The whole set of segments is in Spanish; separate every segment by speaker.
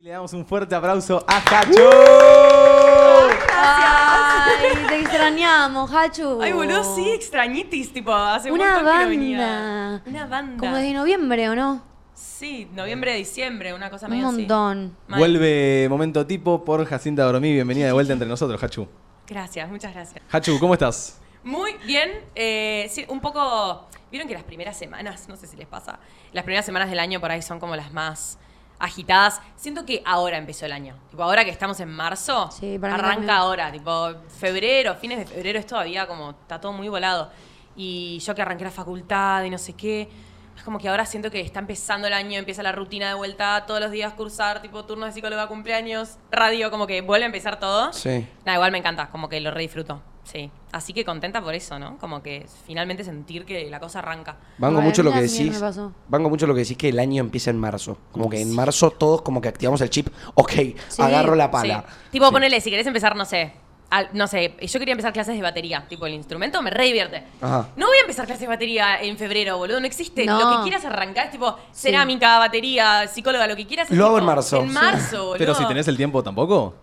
Speaker 1: Le damos un fuerte aplauso a Hacho.
Speaker 2: Ay, te extrañamos, Hachu.
Speaker 3: Ay, boludo, sí, extrañitis, tipo, hace un
Speaker 2: Oh. Una
Speaker 3: montón que
Speaker 2: banda.
Speaker 3: no venía. Una banda.
Speaker 2: Como de noviembre, ¿o no?
Speaker 3: Sí, noviembre, diciembre, una cosa
Speaker 2: Un
Speaker 3: medio así.
Speaker 2: montón.
Speaker 3: Mal.
Speaker 1: Vuelve Momento Tipo por Jacinta Dormí. Bienvenida de vuelta entre nosotros, Hachu.
Speaker 3: Gracias, muchas gracias.
Speaker 1: Hachu, ¿cómo estás?
Speaker 3: Muy bien, eh, sí, un poco, vieron que las primeras semanas, no sé si les pasa, las primeras semanas del año por ahí son como las más agitadas. Siento que ahora empezó el año, tipo ahora que estamos en marzo,
Speaker 2: Sí, para mí también.
Speaker 3: arranca ahora, tipo febrero, fines de febrero es todavía como, está todo muy volado. Y yo que arranqué la facultad y no sé qué, es como que ahora siento que está empezando el año, empieza la rutina de vuelta, todos los días cursar, tipo turno de psicóloga, cumpleaños, radio, como que vuelve a empezar todo.
Speaker 1: Sí.
Speaker 3: Nada, igual me encanta, como que lo re disfruto. Sí. Así que contenta por eso, ¿no? Como que finalmente sentir que la cosa arranca.
Speaker 4: Vango
Speaker 2: Ay,
Speaker 4: mucho lo que
Speaker 2: también me
Speaker 4: decís.
Speaker 2: pasó.
Speaker 4: Vango mucho lo que decís que el año empieza en marzo. Como que en marzo todos como que activamos el chip. Ok, agarro la pala.
Speaker 3: Sí. Tipo, ponele, si querés empezar, no sé. al- no sé, yo quería empezar clases de batería. Tipo, el instrumento me re divierte.
Speaker 4: Ajá.
Speaker 3: No voy a empezar clases de batería en febrero, boludo. No existe.
Speaker 2: No.
Speaker 3: Lo que quieras arrancar es tipo cerámica, batería, psicóloga, lo que quieras. es
Speaker 4: Lo hago
Speaker 3: tipo,
Speaker 4: en marzo.
Speaker 3: En
Speaker 4: Sí.
Speaker 3: marzo, boludo.
Speaker 1: Pero si tenés el tiempo tampoco.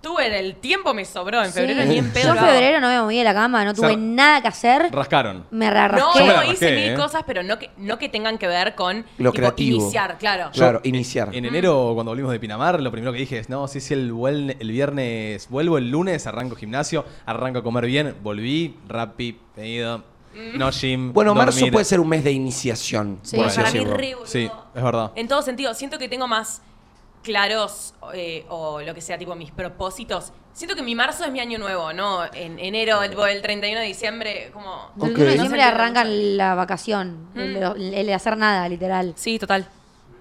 Speaker 3: Tuve el tiempo, me sobró. En
Speaker 2: Sí.
Speaker 3: febrero ni en pedo.
Speaker 2: Yo en
Speaker 3: lo hago.
Speaker 2: febrero no me moví de la cama, no tuve
Speaker 1: Cer-
Speaker 2: nada que hacer.
Speaker 1: Rascaron.
Speaker 2: Me arrasqué.
Speaker 3: No,
Speaker 1: Yo me la
Speaker 3: yo hice
Speaker 1: rasqué,
Speaker 3: mil
Speaker 1: eh.
Speaker 3: cosas, pero no que, no que tengan que ver con
Speaker 4: Lo
Speaker 3: tipo,
Speaker 4: creativo.
Speaker 3: iniciar, claro.
Speaker 4: Claro,
Speaker 1: Yo,
Speaker 4: iniciar.
Speaker 1: En enero, cuando volvimos de Pinamar, lo primero que dije es, no, sí, sí, el, vuel- el viernes vuelvo, el lunes arranco gimnasio, arranco a comer bien, volví, rapi, pedido,
Speaker 3: Mm.
Speaker 1: no gym.
Speaker 4: Bueno,
Speaker 1: dormir.
Speaker 4: marzo puede ser un mes de iniciación.
Speaker 2: Sí,
Speaker 4: por así
Speaker 3: para mí
Speaker 4: decirlo.
Speaker 3: re, boludo. Eh,
Speaker 1: Sí, es verdad.
Speaker 3: En todo sentido, siento que tengo más claros eh, o lo que sea, tipo mis propósitos. Siento que mi marzo es mi año nuevo, ¿no? En enero, el, el 31 de diciembre, como...
Speaker 2: El 1 de
Speaker 3: No
Speaker 4: Ok.
Speaker 2: diciembre
Speaker 3: se entiende
Speaker 2: arranca
Speaker 3: mucho.
Speaker 2: la vacación,
Speaker 3: Mm.
Speaker 2: el, de- el de hacer nada, literal.
Speaker 3: Sí, total,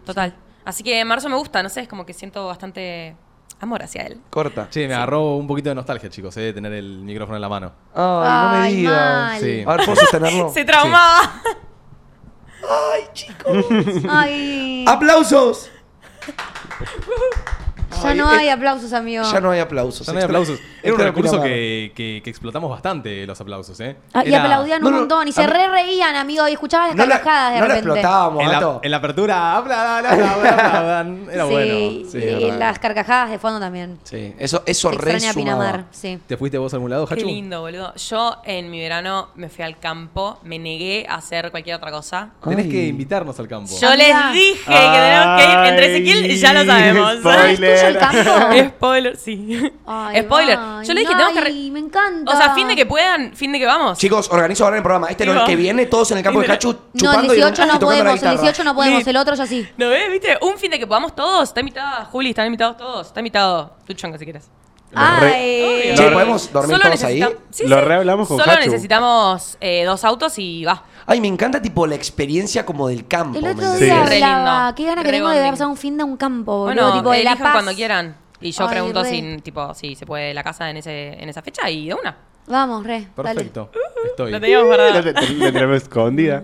Speaker 3: total. Así que marzo me gusta, no sé, es como que siento bastante amor hacia él.
Speaker 4: Corta.
Speaker 1: Che, me agarró un poquito de nostalgia, chicos, eh, de tener el micrófono en la mano.
Speaker 4: Ay, no me
Speaker 2: Ay,
Speaker 4: digas.
Speaker 2: mal.
Speaker 1: Sí.
Speaker 4: A ver, ¿puedo sostenerlo?
Speaker 3: Se traumaba.
Speaker 2: Ay,
Speaker 4: ¡Aplausos!
Speaker 2: ya
Speaker 4: Ay,
Speaker 2: no
Speaker 4: eh,
Speaker 2: hay aplausos, amigo.
Speaker 4: Ya no hay aplausos.
Speaker 1: Ya no hay
Speaker 4: Extra-
Speaker 1: aplausos. Era un
Speaker 4: extra
Speaker 1: recurso
Speaker 4: curva.
Speaker 1: que, que- que explotamos bastante los aplausos, ¿eh?
Speaker 2: Ah, y
Speaker 1: Era-
Speaker 2: aplaudían un
Speaker 4: No, no,
Speaker 2: montón y
Speaker 4: a
Speaker 2: se
Speaker 4: mí-
Speaker 2: re reían, amigo, y escuchaban las
Speaker 4: No la,
Speaker 2: carcajadas de
Speaker 4: no la
Speaker 2: repente.
Speaker 4: explotábamos,
Speaker 1: En la,
Speaker 4: gato.
Speaker 1: en la apertura, aplaudan, aplaudan, aplaudan. Era
Speaker 2: Sí,
Speaker 1: bueno.
Speaker 2: y
Speaker 4: es verdad.
Speaker 2: las carcajadas de fondo también.
Speaker 4: Sí, eso, eso
Speaker 2: Se
Speaker 4: re
Speaker 2: extraña
Speaker 4: sumaba.
Speaker 2: Pinamar, sí.
Speaker 1: ¿Te fuiste vos a algún lado,
Speaker 3: Qué
Speaker 1: Hachu?
Speaker 3: lindo, boludo. Yo en mi verano me fui al campo, me negué a hacer cualquier otra cosa.
Speaker 1: Tenés
Speaker 4: Ay.
Speaker 1: que invitarnos al campo.
Speaker 3: Yo
Speaker 2: Amiga.
Speaker 3: les dije que tenemos que ir. Entre Ezequiel ya lo sabemos.
Speaker 2: Ay, ¿es tuyo el campo?
Speaker 3: Spoiler, sí.
Speaker 2: Ay,
Speaker 3: Spoiler.
Speaker 2: ay,
Speaker 3: Yo le dije, tenemos que.
Speaker 2: ay,
Speaker 3: re-
Speaker 2: me encanta.
Speaker 3: O sea, fin de que puedan, fin de que vamos.
Speaker 4: Chicos, organizo ahora el programa. Este no, el
Speaker 3: Digo.
Speaker 4: que viene, todos en el campo de Cachu
Speaker 2: No, el
Speaker 4: chupando
Speaker 2: 18
Speaker 4: y- y
Speaker 2: no
Speaker 4: tocando la
Speaker 2: podemos, el
Speaker 4: guitarra.
Speaker 2: 18 no podemos,
Speaker 3: Ni-
Speaker 2: el otro ya sí.
Speaker 3: ¿No ves? ¿Viste? Un fin de que podamos todos. Está invitada Juli, están invitados todos. Está invitado Luchonga, si quieres.
Speaker 2: Ay.
Speaker 4: Che, ¿podemos dormir todos ahí?
Speaker 5: Lo rehablamos con
Speaker 3: Solo
Speaker 5: Hachu.
Speaker 3: necesitamos eh, dos autos y va.
Speaker 4: Ay, me encanta tipo la experiencia como del campo.
Speaker 2: El
Speaker 4: ¿me
Speaker 2: otro
Speaker 4: entendés?
Speaker 2: día hablaba,
Speaker 3: Sí. Re lindo.
Speaker 2: qué ganas que
Speaker 3: Re
Speaker 2: tengo de
Speaker 3: bonding.
Speaker 2: pasar un fin de un campo, boludo,
Speaker 3: Bueno, eh,
Speaker 2: tipo de La
Speaker 3: elijan
Speaker 2: Paz.
Speaker 3: cuando quieran. Y yo
Speaker 2: Ay,
Speaker 3: pregunto
Speaker 2: re.
Speaker 3: si, tipo, si se puede la casa en, ese, en esa fecha y de una.
Speaker 2: Vamos, re,
Speaker 1: Perfecto. Estoy.
Speaker 3: Lo teníamos guardado.
Speaker 5: La, te- la tenemos
Speaker 3: Ah.
Speaker 5: escondida.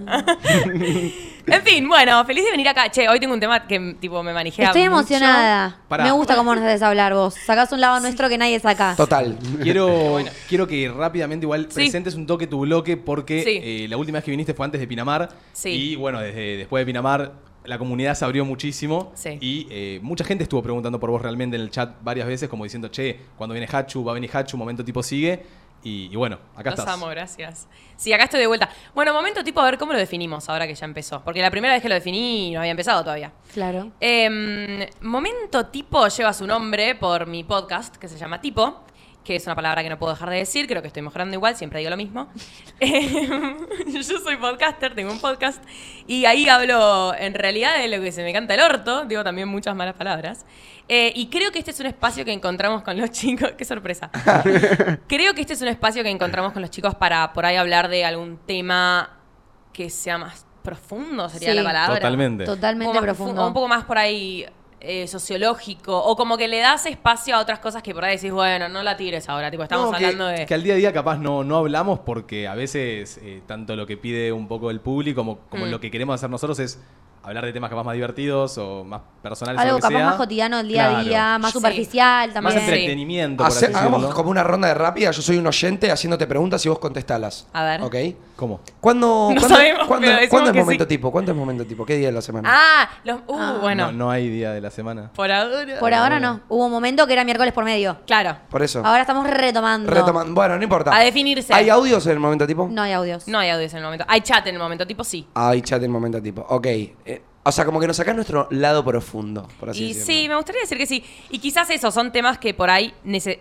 Speaker 3: En fin, bueno, feliz de venir acá. Che, hoy tengo un tema que tipo me manejé.
Speaker 2: dale. Estoy emocionada.
Speaker 1: Pará.
Speaker 2: Me gusta cómo nos haces hablar vos. Sacás un lado nuestro que nadie saca.
Speaker 4: Total.
Speaker 1: Quiero, quiero que rápidamente igual
Speaker 3: Sí.
Speaker 1: presentes un toque tu bloque porque
Speaker 3: Sí.
Speaker 1: eh, la última vez que viniste fue antes de Pinamar
Speaker 3: Sí.
Speaker 1: y bueno, desde después de Pinamar la comunidad se abrió muchísimo
Speaker 3: Sí.
Speaker 1: y eh, mucha gente estuvo preguntando por vos realmente en el chat varias veces como diciendo, che, cuando viene Hachu, va a venir Hachu, momento tipo sigue y, y bueno, acá
Speaker 3: Los
Speaker 1: estás.
Speaker 3: amo, gracias. Sí, acá estoy de vuelta. Bueno, momento tipo a ver cómo lo definimos ahora que ya empezó. Porque la primera vez que lo definí no había empezado todavía.
Speaker 2: Claro.
Speaker 3: Em, momento tipo lleva su nombre por mi podcast que se llama Tipo, que es una palabra que no puedo dejar de decir, creo que estoy mejorando igual, siempre digo lo mismo. Em, yo soy podcaster, tengo un podcast y ahí hablo en realidad de lo que se me canta el orto, digo también muchas malas palabras. Eh, y creo que este es un espacio que encontramos con los chicos, qué sorpresa. Creo que este es un espacio que encontramos con los chicos para por ahí hablar de algún tema que sea más profundo, sería
Speaker 2: Sí.
Speaker 3: la palabra.
Speaker 1: Totalmente.
Speaker 3: Como
Speaker 2: Totalmente
Speaker 3: más
Speaker 2: profundo.
Speaker 3: profundo, Un poco más por ahí eh, sociológico, o como que le das espacio a otras cosas que por ahí decís, bueno, no la tires ahora, tipo, estamos
Speaker 1: No, que-
Speaker 3: hablando de...
Speaker 1: Que al día a día capaz no, no hablamos porque a veces eh, tanto lo que pide un poco el público como, como
Speaker 3: Mm.
Speaker 1: lo que queremos hacer nosotros es hablar de temas capaz más divertidos o más personales. o
Speaker 2: Algo
Speaker 1: lo que
Speaker 2: capaz
Speaker 1: sea.
Speaker 2: más cotidiano el día a
Speaker 1: Claro.
Speaker 2: día, más
Speaker 3: Sí.
Speaker 2: superficial
Speaker 1: Más
Speaker 2: también.
Speaker 3: entre-
Speaker 1: entretenimiento, por
Speaker 4: Hace-
Speaker 1: así
Speaker 4: hagamos
Speaker 1: decirlo.
Speaker 4: como una ronda de rápida. Yo soy un oyente haciéndote preguntas y vos contestalas.
Speaker 3: A ver.
Speaker 4: ¿Ok?
Speaker 1: ¿Cómo?
Speaker 4: ¿Cuándo,
Speaker 3: No
Speaker 4: cuándo-
Speaker 3: sabemos,
Speaker 4: cuándo-
Speaker 3: pero decimos
Speaker 4: cuándo es
Speaker 3: que
Speaker 4: momento
Speaker 3: sí.
Speaker 4: tipo? ¿Cuándo es momento tipo? ¿Qué día de la semana?
Speaker 3: Ah, los. Uh,
Speaker 2: Ah.
Speaker 3: bueno.
Speaker 1: No, no hay día de la semana.
Speaker 3: Por ahora.
Speaker 2: Por ahora no. Hubo un momento que era miércoles por medio.
Speaker 3: Claro.
Speaker 4: Por eso.
Speaker 2: Ahora estamos retomando.
Speaker 4: Retomando. Bueno, no importa.
Speaker 3: A definirse.
Speaker 4: ¿Hay audios en el momento tipo?
Speaker 2: No hay audios.
Speaker 3: No hay audios en el momento. Hay chat en el momento, tipo sí.
Speaker 4: Hay chat en el momento tipo. Ok. Eh, o sea, como que nos sacás nuestro lado profundo, por así
Speaker 3: y
Speaker 4: decirlo.
Speaker 3: sí, me gustaría decir que sí. Y quizás esos son temas que por ahí nece-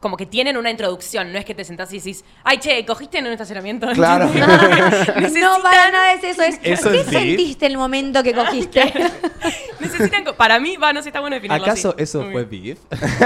Speaker 3: como que tienen una introducción. No es que te sentás y decís, ay, che, cogiste en un estacionamiento.
Speaker 4: Claro.
Speaker 3: necesitan,
Speaker 2: No, para nada es eso. Es,
Speaker 1: Eso
Speaker 2: ¿Qué
Speaker 1: sí.
Speaker 2: sentiste en el momento que cogiste?
Speaker 3: necesitan co- para mí, va, no sé, está bueno definirlo
Speaker 1: ¿Acaso
Speaker 3: así.
Speaker 1: eso
Speaker 3: Muy
Speaker 1: fue
Speaker 3: bien.
Speaker 1: beef?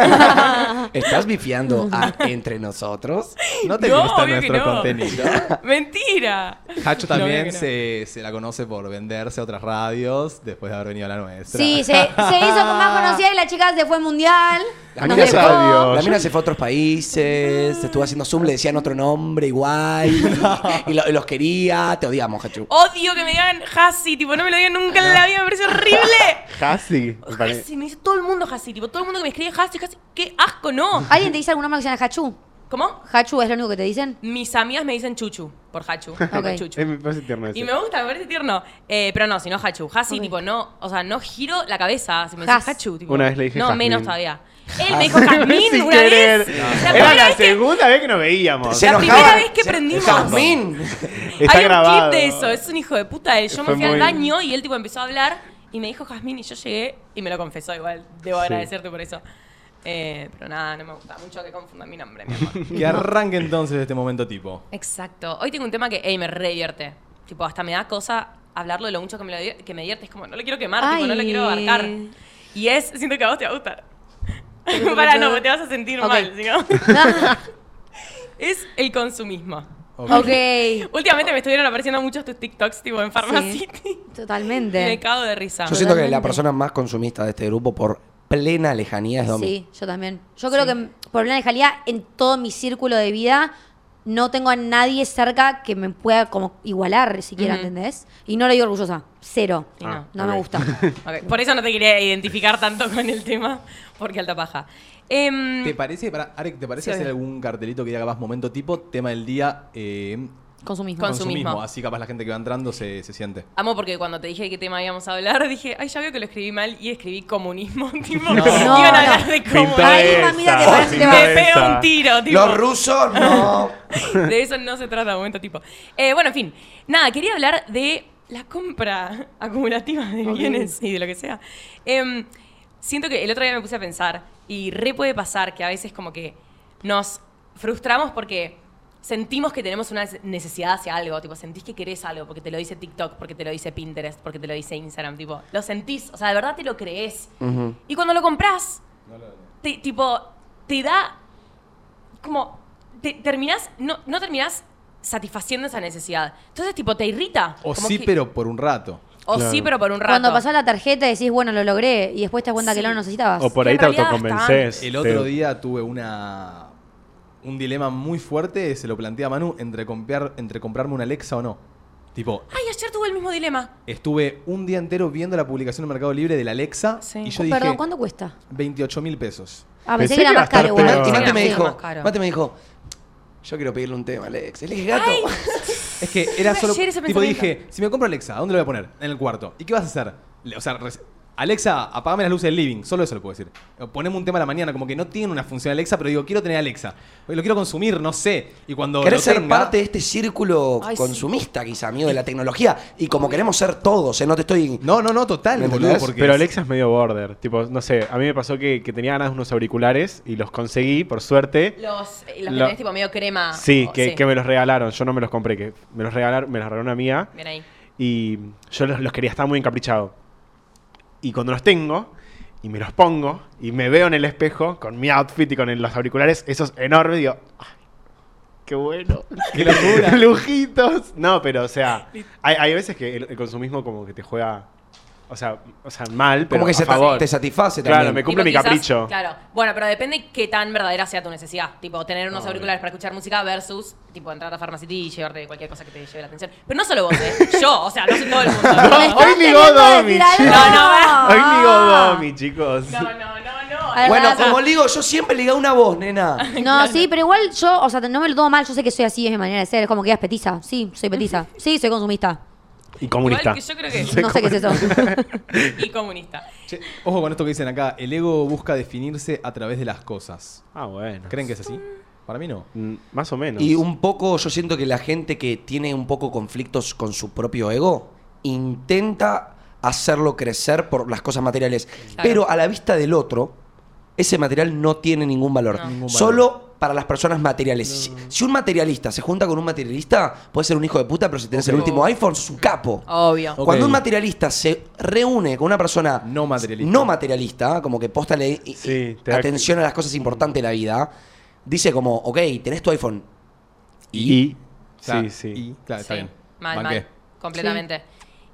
Speaker 4: ¿Estás bifiando a entre nosotros?
Speaker 1: ¿No te
Speaker 3: No,
Speaker 1: gusta
Speaker 3: obvio que
Speaker 1: nuestro
Speaker 3: no.
Speaker 1: contenido?
Speaker 3: Mentira.
Speaker 1: Hacho
Speaker 3: No, obvio
Speaker 1: también
Speaker 3: que no.
Speaker 1: se, se la conoce por venderse a otras radios después de haber venido a la nuestra.
Speaker 2: Sí, se, se hizo con más conocida y la chica se fue mundial.
Speaker 4: La
Speaker 2: nos
Speaker 4: mina, se,
Speaker 2: dejó.
Speaker 5: adiós.
Speaker 4: la mina se fue a otros países, estuvo haciendo Zoom, le decían otro nombre igual, y, lo- y los quería, te odiamos, Hachu.
Speaker 3: Odio que me digan Hassi, tipo, no me lo digan nunca en la vida, me parece horrible.
Speaker 5: Casi. me pare-
Speaker 3: Hassi, me dice todo el mundo Hassi, tipo, todo el mundo que me escribe Hassi, Hassi, qué asco, no.
Speaker 2: ¿Alguien te dice algún nombre que se llama Hachu?
Speaker 3: ¿Cómo?
Speaker 2: Hachu es lo único que te dicen.
Speaker 3: Mis amigas me dicen Chuchu, por Hachu. por Chuchu.
Speaker 5: Es, me parece tierno ese.
Speaker 3: Y me gusta, me parece tierno. Eh, pero no, si no Hachu. Hasi,
Speaker 2: Ok.
Speaker 3: tipo, no, o sea, no giro la cabeza. Si me
Speaker 2: Has.
Speaker 3: decís Hachu, tipo.
Speaker 5: Una vez le dije
Speaker 3: No,
Speaker 5: Jazmín.
Speaker 3: menos todavía. Él me dijo Jazmín
Speaker 5: Sin
Speaker 3: una vez.
Speaker 5: querer.
Speaker 3: La
Speaker 5: Era
Speaker 3: primera
Speaker 5: la
Speaker 3: vez que-
Speaker 5: segunda vez que nos veíamos.
Speaker 3: Se La enojaba. primera vez que
Speaker 4: se-
Speaker 3: prendimos.
Speaker 4: ¡Jazmín!
Speaker 5: Está
Speaker 3: Hay
Speaker 5: grabado.
Speaker 3: un clip de eso, es un hijo de puta él. Yo me
Speaker 5: Fue
Speaker 3: fui al
Speaker 5: muy-
Speaker 3: baño y él tipo empezó a hablar y me dijo Jazmín y yo llegué y me lo confesó igual. Debo
Speaker 5: Sí.
Speaker 3: agradecerte por eso. Eh, pero nada, no me gusta mucho que confundan mi nombre, mi amor.
Speaker 1: Que arranque entonces este momento tipo.
Speaker 3: Exacto. Hoy tengo un tema que, ey, me re divierte. Tipo, hasta me da cosa hablarlo de lo mucho que me, lo di- que me divierte. Es como, no lo quiero quemar, tipo, no lo quiero
Speaker 2: Ay.
Speaker 3: abarcar. Y es, siento que a vos te va a gustar. Para, no, te vas a sentir
Speaker 2: Ok.
Speaker 3: mal. sino- es el consumismo.
Speaker 2: ok.
Speaker 3: Últimamente me estuvieron apareciendo muchos tus TikToks, tipo, en Pharmacity. Y
Speaker 2: Totalmente.
Speaker 3: me cago de risa.
Speaker 4: Yo siento que la
Speaker 2: Totalmente.
Speaker 4: persona más consumista de este grupo por plena lejanía es Domi.
Speaker 2: Sí, yo también. Yo creo que por una lejalía en todo mi círculo de vida no tengo a nadie cerca que me pueda como igualar siquiera,
Speaker 3: Ujú.
Speaker 2: ¿entendés? Y no lo digo orgullosa, cero.
Speaker 3: Y no.
Speaker 2: No
Speaker 5: Ah, ok.
Speaker 2: me gusta.
Speaker 3: Ok, Por eso no te quería identificar tanto con el tema, porque alta paja. Em,
Speaker 1: ¿Te parece, para, Arek, ¿te parece
Speaker 3: Sí,
Speaker 1: hacer
Speaker 3: obvio.
Speaker 1: algún cartelito que diga capaz momento tipo, tema del día, eh,
Speaker 2: Consumismo.
Speaker 3: Consumismo.
Speaker 1: Así capaz la gente que va entrando se, se siente.
Speaker 3: Amo porque cuando te dije de qué tema íbamos a hablar, dije, ay, ya veo que lo escribí mal y escribí comunismo. tipo,
Speaker 1: No.
Speaker 3: iban
Speaker 2: No,
Speaker 3: a hablar
Speaker 2: no.
Speaker 3: de
Speaker 5: Pintó
Speaker 3: comunismo.
Speaker 2: Ahí,
Speaker 5: esa,
Speaker 2: mamita, te parece que
Speaker 5: pintó
Speaker 2: va-
Speaker 3: Me pego
Speaker 5: esa.
Speaker 3: un tiro, tipo.
Speaker 4: ¡Los rusos no!
Speaker 3: De eso no se trata, momento tipo. Eh, bueno, en fin. Nada, quería hablar de la compra acumulativa de bienes y de lo que sea. Em, siento que el otro día me puse a pensar y re puede pasar que a veces como que nos frustramos porque sentimos que tenemos una necesidad hacia algo, tipo, sentís que querés algo porque te lo dice TikTok, porque te lo dice Pinterest, porque te lo dice Instagram, tipo, lo sentís, o sea, de verdad te lo crees.
Speaker 4: Ujú.
Speaker 3: Y cuando lo compras, te- tipo, te da como te, terminás, no, no terminás satisfaciendo esa necesidad. Entonces, tipo, te irrita.
Speaker 1: O
Speaker 3: Como
Speaker 1: sí,
Speaker 3: que-
Speaker 1: pero por un rato.
Speaker 3: O
Speaker 5: Claro.
Speaker 3: sí, pero por un rato.
Speaker 2: Cuando pasás la tarjeta decís, bueno, lo logré, y después te das cuenta
Speaker 3: Sí.
Speaker 2: que no lo necesitabas.
Speaker 5: O por
Speaker 3: que
Speaker 5: ahí
Speaker 3: en
Speaker 5: te
Speaker 3: realidad
Speaker 5: autoconvences.
Speaker 1: El otro
Speaker 5: Te-
Speaker 1: día tuve una un dilema muy fuerte, se lo plantea Manu, entre, comprar, entre comprarme una Alexa o no. Tipo,
Speaker 3: Ay, ayer tuve el mismo dilema.
Speaker 1: estuve un día entero viendo la publicación en Mercado Libre de la Alexa
Speaker 3: Sí.
Speaker 1: y yo
Speaker 2: Oh,
Speaker 1: dije,
Speaker 2: Perdón, ¿cuánto cuesta?
Speaker 1: 28 mil pesos.
Speaker 2: Ah, pensé,
Speaker 5: Pensé
Speaker 2: que era
Speaker 5: que iba a
Speaker 2: más caro
Speaker 5: estar
Speaker 4: Y
Speaker 2: igual.
Speaker 4: Mati,
Speaker 5: peor.
Speaker 4: Mati me
Speaker 3: Sí, más
Speaker 4: dijo,
Speaker 3: caro.
Speaker 4: Mati me dijo, yo quiero pedirle un tema, Alex. El gato.
Speaker 1: Es que era
Speaker 3: Tuve
Speaker 1: solo.
Speaker 3: ayer ese
Speaker 1: Tipo,
Speaker 3: pensamiento.
Speaker 1: dije, si me compro Alexa, ¿dónde lo voy a poner? En el cuarto. ¿Y qué vas a hacer? Le- O sea, res- Alexa, apágame las luces del living. Solo eso lo puedo decir. O Poneme un tema a la mañana, como que no tiene una función Alexa, pero digo, quiero tener Alexa. O Lo quiero consumir, no sé. Y cuando.
Speaker 4: ¿Querés
Speaker 1: lo
Speaker 4: ser
Speaker 1: tenga-
Speaker 4: parte de este círculo
Speaker 3: Ay, sí.
Speaker 4: consumista, quizá, amigo, de la tecnología? Y como queremos ser todos, ¿eh? No te estoy...
Speaker 1: No, no, no, total,
Speaker 4: ¿Me
Speaker 1: boludo.
Speaker 4: entendés?
Speaker 1: Porque
Speaker 5: Pero Alexa es medio border. Tipo, no sé, a mí me pasó que, que tenía ganas de unos auriculares y los conseguí, por suerte.
Speaker 3: Los, eh, los que
Speaker 5: Lo-
Speaker 3: tenés tipo medio crema.
Speaker 5: Sí,
Speaker 3: O-
Speaker 5: que, que me los regalaron. Yo no me los compré, que me los regalaron, me los regaló una mía.
Speaker 3: Bien ahí.
Speaker 5: Y yo los, los quería, estaba muy encaprichado. Y cuando los tengo, y me los pongo, y me veo en el espejo, con mi outfit y con el- los auriculares, esos enormes, digo, "Ay, qué bueno.
Speaker 1: Qué locura.
Speaker 5: Lujitos. No, pero o sea, hay, hay veces que el, el consumismo como que te juega O sea, o sea mal, pero
Speaker 4: Como que
Speaker 5: a
Speaker 4: se ta-
Speaker 5: favor.
Speaker 4: te satisface
Speaker 5: Claro,
Speaker 4: también.
Speaker 5: me cumple mi
Speaker 3: Tipo, quizás-
Speaker 5: capricho.
Speaker 3: Claro. Bueno, pero depende qué tan verdadera sea tu necesidad. Tipo, tener unos
Speaker 5: Obvio.
Speaker 3: auriculares para escuchar música versus, tipo, entrar a Pharmacity y llevarte cualquier cosa que te lleve la atención. Pero no solo vos, ¿eh? Yo, o sea, no sé todo el
Speaker 2: Me
Speaker 3: mundo.
Speaker 5: Hoy
Speaker 2: estás
Speaker 5: ni
Speaker 2: queriendo
Speaker 5: Godomi,
Speaker 2: decir algo.
Speaker 5: chicos.
Speaker 3: No,
Speaker 5: Hoy ni Godomi, chicos.
Speaker 3: No, no, no,
Speaker 2: Ay,
Speaker 3: no.
Speaker 4: Bueno,
Speaker 2: Raza.
Speaker 4: como ligo, yo siempre ligo una voz, nena.
Speaker 2: No, sí, pero igual yo, o sea, no me lo tomo mal, yo sé que soy así, es mi manera de ser, es como que eras petiza. Sí, soy petiza. Sí, soy consumista.
Speaker 5: Y
Speaker 3: Igual
Speaker 5: comunista.
Speaker 3: que yo creo que-
Speaker 5: Soy
Speaker 2: no sé qué es eso.
Speaker 3: Y comunista.
Speaker 1: Che, ojo con esto que dicen acá. El ego busca definirse a través de las cosas.
Speaker 5: Ah, bueno.
Speaker 1: ¿Creen que es así? Para mí no.
Speaker 5: Mm, Más o menos.
Speaker 4: Y un poco, yo siento que la gente que tiene un poco conflictos con su propio ego, intenta hacerlo crecer por las cosas materiales.
Speaker 3: Claro.
Speaker 4: Pero a la vista del otro, ese material no tiene ningún valor.
Speaker 3: No.
Speaker 1: Ningún valor.
Speaker 4: Solo para las personas materiales. Si- Si un materialista se junta con un materialista, puede ser un hijo de puta, pero si tenés el
Speaker 3: Ok.
Speaker 4: último iPhone, sos un capo.
Speaker 3: Obvio.
Speaker 1: Ok.
Speaker 4: Cuando un materialista se reúne con una persona
Speaker 1: No materialista.
Speaker 4: no materialista, como que póstale i-
Speaker 5: Sí,
Speaker 4: i-
Speaker 5: te da-
Speaker 4: atención a las cosas importantes de la vida, dice como, ok, tenés tu iPhone.
Speaker 5: Y.
Speaker 1: O sea,
Speaker 5: sí, sí.
Speaker 1: y- claro, está
Speaker 3: Sí,
Speaker 1: bien.
Speaker 3: Mal,
Speaker 1: Banqué.
Speaker 3: mal. Completamente.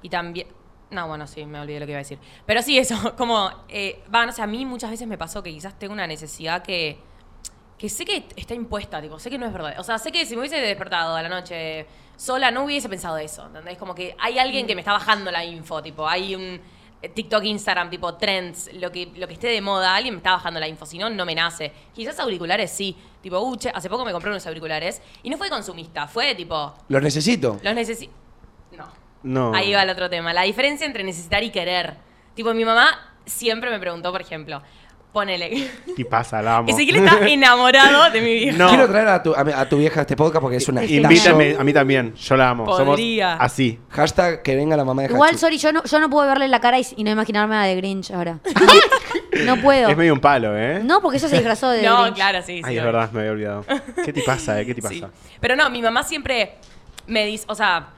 Speaker 3: Y también. No, bueno, sí, me olvidé lo que iba a decir. Pero sí, eso, como. eh, Va, no sé, a mí muchas veces me pasó que quizás tengo una necesidad que. Que sé que está impuesta, tipo, sé que no es verdad. O sea, sé que si me hubiese despertado a la noche sola, no hubiese pensado eso. ¿Entendés? Como que hay alguien que me está bajando la info, tipo, hay un. eh, TikTok, Instagram, tipo trends, lo que, lo que esté de moda, alguien me está bajando la info, si no, no me nace. Quizás auriculares sí, tipo, uh, che, hace poco me compré unos auriculares y no fue consumista, fue tipo,
Speaker 4: Lo necesito.
Speaker 3: los necesito. No.
Speaker 5: No.
Speaker 3: Ahí va el otro tema. La diferencia entre necesitar y querer. Tipo, mi mamá siempre me preguntó, por ejemplo, ponele.
Speaker 5: Y pasa, la amo.
Speaker 3: Ezequiel está enamorado de mi vieja.
Speaker 5: No.
Speaker 4: Quiero traer a tu, a, mi- a tu vieja a este podcast porque es una
Speaker 5: Invítame,
Speaker 4: estazo.
Speaker 5: a mí también. Yo la amo.
Speaker 3: Podría.
Speaker 5: Somos así.
Speaker 4: Hashtag que venga la mamá de
Speaker 2: Igual,
Speaker 4: Hachi.
Speaker 2: sorry, yo no, yo no puedo verle la cara y, y no imaginarme a de Grinch ahora. no puedo.
Speaker 5: Es medio un palo, ¿eh?
Speaker 2: No, porque eso se disfrazó de
Speaker 3: No,
Speaker 2: Grinch.
Speaker 3: claro, sí, sí.
Speaker 5: Ay, es
Speaker 3: obvio.
Speaker 5: verdad, me había olvidado. ¿Qué te pasa, eh? ¿Qué te pasa?
Speaker 3: Sí. Pero no, mi mamá siempre me dice, o sea,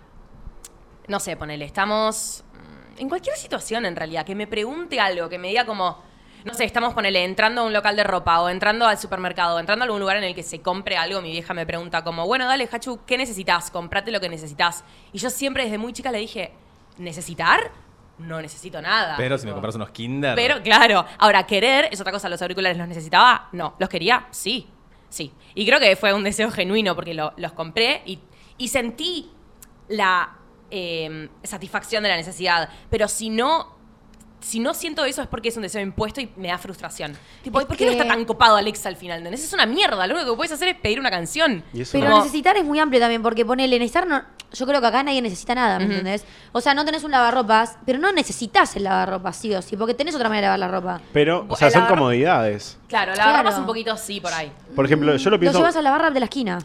Speaker 3: no sé, ponele, estamos mm, en cualquier situación en realidad, que me pregunte algo, que me diga como, no sé, estamos, ponele, entrando a un local de ropa o entrando al supermercado, o entrando a algún lugar en el que se compre algo, mi vieja me pregunta como, bueno, dale, Hachu, ¿qué necesitas? Comprate lo que necesitas. Y yo siempre desde muy chica le dije, ¿necesitar? No necesito nada.
Speaker 1: Pero si me
Speaker 3: Tipo,
Speaker 1: compras unos Kinder.
Speaker 3: pero claro, ahora querer es otra cosa. ¿Los auriculares los necesitaba? No. ¿Los quería? Sí. Sí. Y creo que fue un deseo genuino porque lo- los compré y, y sentí la eh, satisfacción de la necesidad. Pero si no. Si no siento eso es porque es un deseo impuesto y me da frustración. Tipo,
Speaker 2: Es
Speaker 3: ¿y ¿por qué no está
Speaker 2: que-
Speaker 3: tan copado Alexa al final? ¿Entendés? Es una mierda. Lo único que puedes hacer es pedir una canción.
Speaker 5: Y eso
Speaker 2: Pero
Speaker 5: no.
Speaker 2: necesitar es muy amplio también, porque ponele, necesitar no. Yo creo que acá nadie necesita nada, ¿me entendés? O sea, no tenés un lavarropas, pero no necesitas el lavarropas, sí o sí, porque tenés otra manera de lavar la ropa.
Speaker 5: Pero, o sea, son
Speaker 3: La-
Speaker 5: comodidades.
Speaker 3: Claro, la
Speaker 2: Claro.
Speaker 3: verdad es un poquito sí por ahí.
Speaker 5: Por ejemplo, yo lo pienso.
Speaker 2: Lo llevas a la barra de la esquina.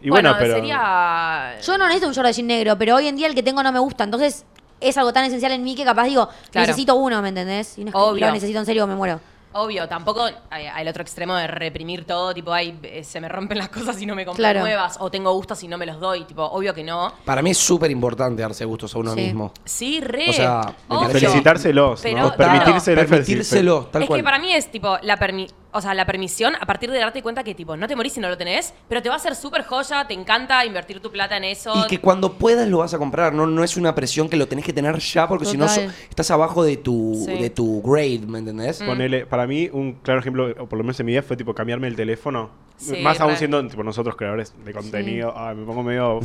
Speaker 5: Y bueno, pero.
Speaker 3: sería.
Speaker 2: Yo no necesito un short de jean negro, pero hoy en día el que tengo no me gusta, entonces es algo tan esencial en mí que capaz digo,
Speaker 3: Claro.
Speaker 2: necesito uno, ¿me entendés? Y no es que
Speaker 3: Obvio.
Speaker 2: lo necesito en serio o me muero.
Speaker 3: Obvio, tampoco hay- al otro extremo de reprimir todo, tipo, ay, eh, se me rompen las cosas y no me compro
Speaker 2: Claro.
Speaker 3: nuevas, o tengo gustos y no me los doy, tipo, obvio que no.
Speaker 4: Para mí es súper importante darse gustos a uno
Speaker 2: Sí.
Speaker 4: mismo.
Speaker 3: Sí, re.
Speaker 4: O sea,
Speaker 3: obvio.
Speaker 5: Felicitárselos,
Speaker 3: Pero,
Speaker 5: ¿no?
Speaker 3: claro.
Speaker 5: Permitirse
Speaker 4: Permitírselo, tal
Speaker 3: es
Speaker 4: cual.
Speaker 3: que para mí es tipo la, permi- o sea, la permisión a partir de darte cuenta que tipo no te morís si no lo tenés, pero te va a ser súper joya, te encanta invertir tu plata en eso.
Speaker 4: Y que cuando puedas lo vas a comprar, no, no es una presión que lo tenés que tener ya porque si no so-
Speaker 2: Total.
Speaker 4: estás abajo de tu,
Speaker 3: Sí.
Speaker 4: de tu grade, ¿me entendés?
Speaker 3: Mm.
Speaker 5: Ponele, para mí, un claro ejemplo, o por lo menos en mi vida, fue tipo cambiarme el teléfono.
Speaker 3: Sí,
Speaker 5: Más aún
Speaker 3: re.
Speaker 5: siendo tipo, nosotros creadores de contenido, ay, me pongo medio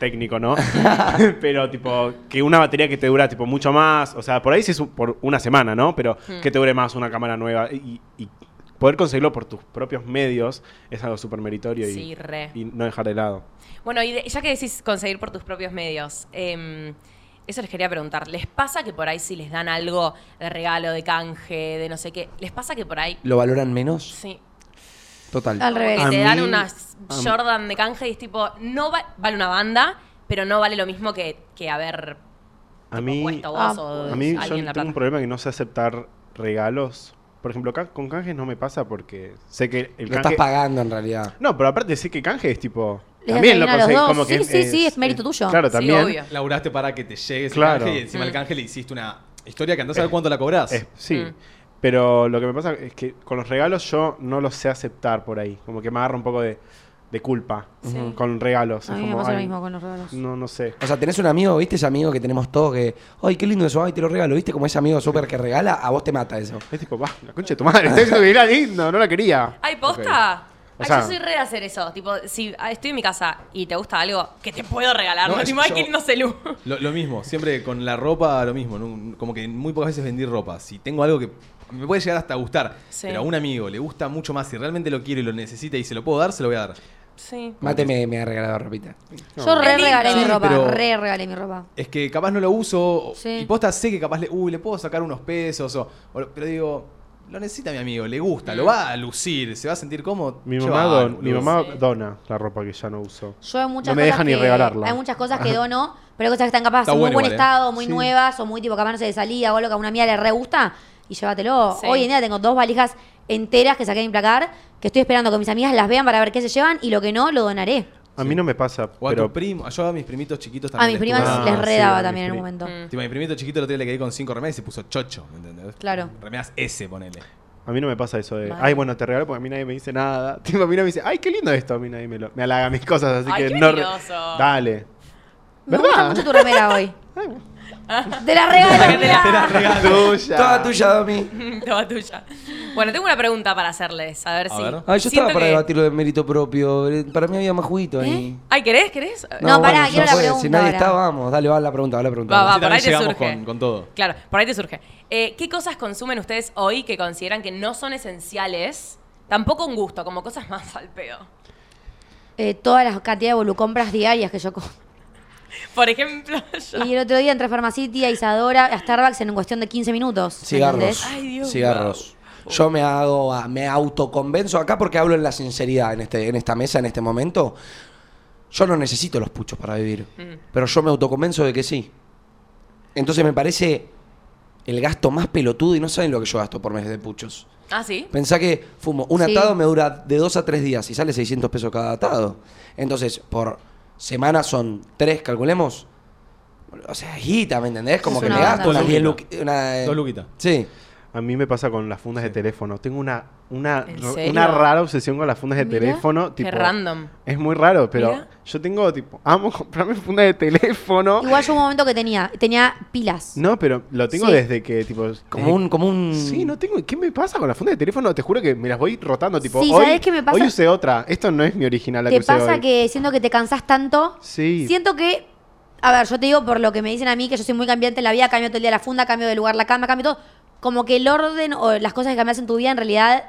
Speaker 5: técnico, ¿no? Pero tipo, que una batería que te dura tipo mucho más, o sea, por ahí sí es un- por una semana, ¿no? Pero
Speaker 3: Mm.
Speaker 5: que te dure más una cámara nueva y, y poder conseguirlo por tus propios medios es algo súper meritorio y,
Speaker 3: Sí, re.
Speaker 5: y no dejar de lado.
Speaker 3: Bueno, y de- ya que decís conseguir por tus propios medios, em, eso les quería preguntar. ¿Les pasa que por ahí si les dan algo de regalo, de canje, de no sé qué, les pasa que por ahí
Speaker 4: ¿Lo valoran menos?
Speaker 3: sí,
Speaker 4: Total.
Speaker 2: Al revés.
Speaker 3: Como que
Speaker 5: A
Speaker 3: te dan
Speaker 5: mí-
Speaker 3: unas Jordan de canje y es tipo, no va- vale una banda, pero no vale lo mismo que, que haber
Speaker 5: A mí,
Speaker 3: puesto
Speaker 2: Ah,
Speaker 3: vos o
Speaker 5: A mí
Speaker 3: alguien
Speaker 5: yo
Speaker 3: la
Speaker 5: tengo un
Speaker 3: plata.
Speaker 5: problema que no sé aceptar regalos. Por ejemplo, ca- con canjes no me pasa porque sé que el
Speaker 4: Lo
Speaker 5: canje...
Speaker 4: estás pagando en realidad.
Speaker 5: No, pero aparte sé que canje es tipo...
Speaker 2: Les
Speaker 5: también
Speaker 2: hacen
Speaker 5: lo
Speaker 2: bien a los
Speaker 5: conseguí
Speaker 2: dos.
Speaker 5: como que
Speaker 2: Sí, sí, sí, es mérito tuyo.
Speaker 5: Claro,
Speaker 3: Sí,
Speaker 5: también.
Speaker 3: obvio.
Speaker 1: Laburaste para que te llegue ese
Speaker 5: Claro.
Speaker 1: canje y encima
Speaker 3: Mm.
Speaker 1: al canje le hiciste una historia que andás a ver cuánto la cobrás.
Speaker 5: Es- sí.
Speaker 3: Mm.
Speaker 5: Pero lo que me pasa es que con los regalos yo no los sé aceptar por ahí. Como que me agarra un poco de... de culpa
Speaker 3: Sí.
Speaker 5: ujú, con regalos.
Speaker 2: A
Speaker 5: Es
Speaker 2: mí me
Speaker 5: como,
Speaker 2: pasa lo
Speaker 5: ay,
Speaker 2: mismo con los regalos.
Speaker 5: No, no sé.
Speaker 4: O sea, tenés un amigo, ¿viste? Ese amigo que tenemos todos que, ay, qué lindo eso, ay, te lo regalo, ¿viste? Como ese amigo súper que regala, a vos te mata eso.
Speaker 5: Es tipo, va, la concha de tu madre. Está diciendo que era lindo, no la quería.
Speaker 3: ¿Ay, posta?
Speaker 5: O
Speaker 3: Ay,
Speaker 5: sea-
Speaker 3: yo soy re de hacer eso. Tipo, si ah, estoy en mi casa y te gusta algo, que te puedo regalar.
Speaker 1: No,
Speaker 3: No,
Speaker 1: es-
Speaker 3: tipo, ay,
Speaker 1: yo-
Speaker 3: qué lindo celu.
Speaker 1: Lo, lo mismo, siempre con la ropa, lo mismo. ¿no? Como que muy pocas veces vendí ropa. Si tengo algo que me puede llegar hasta a gustar,
Speaker 3: Sí.
Speaker 1: pero a un amigo le gusta mucho más, si realmente lo quiere y lo necesita y se lo puedo dar, se lo voy a dar.
Speaker 3: Sí.
Speaker 4: Mate me, me ha regalado ropita.
Speaker 2: Yo re
Speaker 3: Qué
Speaker 2: regalé mi
Speaker 3: lindo.
Speaker 2: ropa,
Speaker 1: Pero-
Speaker 2: re regalé mi ropa.
Speaker 1: Es que capaz no lo uso, o-
Speaker 2: Sí.
Speaker 1: y posta sé que capaz le, uy, le puedo sacar unos pesos, o, o lo- pero digo, lo necesita mi amigo, le gusta,
Speaker 2: Mm.
Speaker 1: lo va a lucir, se va a sentir cómodo.
Speaker 5: Mi
Speaker 1: Yo,
Speaker 5: mamá,
Speaker 1: ah,
Speaker 5: don-
Speaker 1: boludo.
Speaker 5: mi mamá dona la ropa que ya no uso.
Speaker 2: Yo hay muchas
Speaker 5: No me
Speaker 2: cosas
Speaker 5: deja ni
Speaker 2: que-
Speaker 5: regalarla.
Speaker 2: Hay muchas cosas que dono, pero hay cosas que están capaz
Speaker 1: Está
Speaker 2: en muy
Speaker 1: bueno
Speaker 2: buen
Speaker 1: igual, ¿eh?
Speaker 2: estado, muy
Speaker 5: Sí.
Speaker 2: nuevas, o muy tipo capaz no sé de salida o algo que a una mía le re gusta, y llévatelo.
Speaker 3: Sí.
Speaker 2: Hoy en día tengo dos valijas enteras que saqué de mi placar, que estoy esperando que mis amigas las vean para ver qué se llevan, y lo que no, lo donaré.
Speaker 5: A mí no me pasa,
Speaker 1: O a
Speaker 5: pero
Speaker 1: tu primo, yo a mis primitos chiquitos
Speaker 2: A
Speaker 1: también. les
Speaker 2: mis primas
Speaker 1: tuve-
Speaker 5: Ah,
Speaker 2: les
Speaker 5: sí,
Speaker 2: redaba
Speaker 5: a mis
Speaker 2: también en un
Speaker 5: pri-
Speaker 2: momento.
Speaker 3: Mm.
Speaker 1: Tipo, mi primito chiquito el otro día le quedé con cinco remeras y se puso chocho, ¿me entendés?
Speaker 2: Claro.
Speaker 1: Remeras S, ponele.
Speaker 5: a mí no me pasa eso de,
Speaker 2: Vale.
Speaker 5: ay, bueno, te regalo porque a mí nadie me dice nada. Tipo, a mí no me dice, ay, qué lindo esto, a mí nadie me, lo, me halaga mis cosas, así
Speaker 3: Ay,
Speaker 5: que
Speaker 3: qué
Speaker 5: no. re-
Speaker 3: mentiroso.
Speaker 5: Dale.
Speaker 2: Me
Speaker 5: ¿Verdad?
Speaker 2: gusta mucho tu remera hoy. Te la regalo, mirá.
Speaker 5: Tuya.
Speaker 4: Toda tuya, Domi.
Speaker 3: Toda tuya. Bueno, tengo una pregunta para hacerles. A ver
Speaker 1: A
Speaker 3: si.
Speaker 1: ver.
Speaker 4: Ay, Ah, yo
Speaker 3: Siento
Speaker 4: estaba para
Speaker 3: que-
Speaker 4: debatirlo de mérito propio. eh, Para mí había más juguito ahí.
Speaker 3: Ay, ¿querés? ¿Querés?
Speaker 2: ¿Eh? No, pará,
Speaker 4: ya
Speaker 2: quiero la
Speaker 4: fue. Si
Speaker 2: pregunta
Speaker 4: nadie
Speaker 2: ahora.
Speaker 4: está, vamos. Dale, va la pregunta, va la pregunta.
Speaker 3: Va, va,
Speaker 1: Sí,
Speaker 3: por
Speaker 1: también
Speaker 3: ahí te
Speaker 1: llegamos
Speaker 3: surge.
Speaker 1: con- con todo.
Speaker 3: Claro, por ahí te surge. Eh, ¿Qué cosas consumen ustedes hoy que consideran que no son esenciales? Tampoco un gusto, como cosas más al pedo.
Speaker 2: Eh, todas las cantidades de volucompras diarias que yo compro.
Speaker 3: Por ejemplo, yo.
Speaker 2: Y el otro día entré a Farmacity, a Isadora, a Starbucks en cuestión de 15 minutos.
Speaker 4: Cigarros.
Speaker 2: ¿entendés?
Speaker 3: Ay, Dios,
Speaker 4: Cigarros. Yo me hago, a- me autoconvenzo acá porque hablo en la sinceridad en, este, en esta mesa, en este momento. Yo no necesito los puchos para vivir,
Speaker 3: Mm.
Speaker 4: pero yo me autoconvenzo de que sí. Entonces me parece el gasto más pelotudo y no saben lo que yo gasto por mes de puchos.
Speaker 3: Ah, sí.
Speaker 4: Pensá que fumo un
Speaker 2: Sí.
Speaker 4: atado me dura de dos a tres días y sale 600 pesos cada atado. Entonces, por semana son tres, calculemos. O sea, guita, ¿me entendés? Como
Speaker 2: Es
Speaker 4: que
Speaker 2: una
Speaker 4: me gasto
Speaker 1: banda.
Speaker 4: unas
Speaker 1: Dos
Speaker 4: 10
Speaker 1: luquitas.
Speaker 4: luqui- una, eh,
Speaker 1: Dos luquitas.
Speaker 4: Sí.
Speaker 5: A mí me pasa con las fundas de teléfono. Tengo una, una,
Speaker 3: ¿En
Speaker 5: r-
Speaker 3: serio?
Speaker 5: una rara obsesión con las fundas de
Speaker 2: Mirá,
Speaker 5: teléfono.
Speaker 3: Qué
Speaker 5: Tipo,
Speaker 3: random.
Speaker 5: Es muy raro, pero
Speaker 3: Mirá.
Speaker 5: yo tengo, tipo, amo comprarme fundas de teléfono.
Speaker 2: Igual yo hubo un momento que tenía, tenía pilas.
Speaker 5: No, pero lo tengo
Speaker 2: Sí.
Speaker 5: desde que, tipo.
Speaker 4: Como
Speaker 5: desde-
Speaker 4: un, como un.
Speaker 5: Eh, Sí, no tengo. ¿Qué me pasa con las fundas de teléfono? Te juro que me las voy rotando, tipo.
Speaker 2: Sí,
Speaker 5: hoy,
Speaker 2: ¿sabés qué me pasa?
Speaker 5: Hoy usé otra. Esto no es mi original, la
Speaker 2: ¿Te
Speaker 5: que usé
Speaker 2: pasa
Speaker 5: hoy.
Speaker 2: que siento que te cansás tanto?
Speaker 5: Sí.
Speaker 2: Siento que, a ver, yo te digo por lo que me dicen a mí, que yo soy muy cambiante en la vida, cambio todo el día la funda, cambio de lugar la cama, cambio todo. Como que el orden o las cosas que cambias en tu vida en realidad,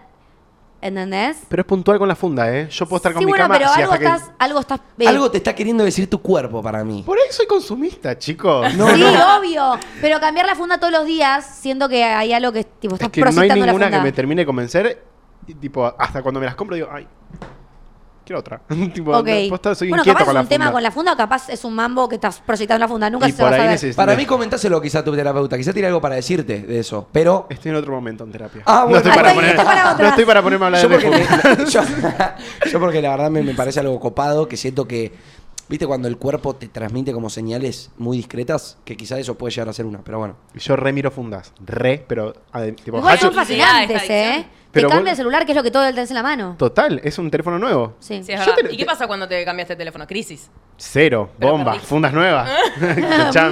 Speaker 2: ¿entendés?
Speaker 5: Pero es puntual con la funda, ¿eh? Yo puedo estar con
Speaker 2: sí,
Speaker 5: mi
Speaker 2: bueno,
Speaker 5: cama.
Speaker 2: pero
Speaker 5: sí,
Speaker 2: algo,
Speaker 5: hasta que-
Speaker 2: estás, algo estás... eh,
Speaker 4: Algo te está queriendo decir tu cuerpo para mí.
Speaker 5: Por ahí soy consumista, chicos.
Speaker 4: No,
Speaker 2: sí,
Speaker 4: no.
Speaker 2: obvio. Pero cambiar la funda todos los días, siento que hay algo que tipo, estás
Speaker 5: Es que no hay
Speaker 2: proyectando la
Speaker 5: ninguna
Speaker 2: funda.
Speaker 5: que me termine de convencer. y, tipo, hasta cuando me las compro digo, ay, quiero otra. tipo,
Speaker 2: Ok.
Speaker 5: no, posta, soy
Speaker 2: bueno,
Speaker 5: inquieto
Speaker 2: capaz
Speaker 5: con
Speaker 2: es
Speaker 5: la
Speaker 2: un tema
Speaker 5: funda.
Speaker 2: con la funda, o capaz es un mambo que estás proyectando la funda. Nunca
Speaker 5: Y
Speaker 2: se
Speaker 5: por
Speaker 2: va a
Speaker 5: ahí
Speaker 2: saber.
Speaker 5: necesito-
Speaker 4: Para mí, comentáselo quizá a tu terapeuta. Quizá tiene algo para decirte de eso. Pero.
Speaker 5: Estoy en otro momento en terapia.
Speaker 4: Ah,
Speaker 5: no
Speaker 4: bueno.
Speaker 5: estoy
Speaker 4: Ah,
Speaker 5: para,
Speaker 2: estoy
Speaker 5: poner-
Speaker 2: lista para
Speaker 5: no
Speaker 2: otra.
Speaker 5: estoy para ponerme a hablar
Speaker 4: Yo
Speaker 5: de
Speaker 4: porque,
Speaker 5: fútbol.
Speaker 4: yo, yo porque la verdad me, me parece algo copado, que siento que, viste, cuando el cuerpo te transmite como señales muy discretas, que quizá eso puede llegar a ser una, pero bueno.
Speaker 5: Yo re miro fundas. Re, pero. a ver, tipo,
Speaker 2: Igual son
Speaker 5: Hachu-
Speaker 2: fascinantes,
Speaker 3: Esta
Speaker 2: ¿eh?
Speaker 3: edición.
Speaker 5: Pero
Speaker 2: te cambia
Speaker 5: vos-
Speaker 2: el celular, que es lo que todo el tenés en la mano.
Speaker 5: Total, es un teléfono nuevo.
Speaker 2: Sí.
Speaker 3: Sí, es
Speaker 5: Yo
Speaker 3: verdad.
Speaker 5: te-
Speaker 3: ¿Y qué pasa cuando te cambiaste de teléfono? Crisis.
Speaker 5: Cero,
Speaker 3: Pero
Speaker 5: bombas,
Speaker 3: perdí.
Speaker 5: fundas nuevas. Escuchame.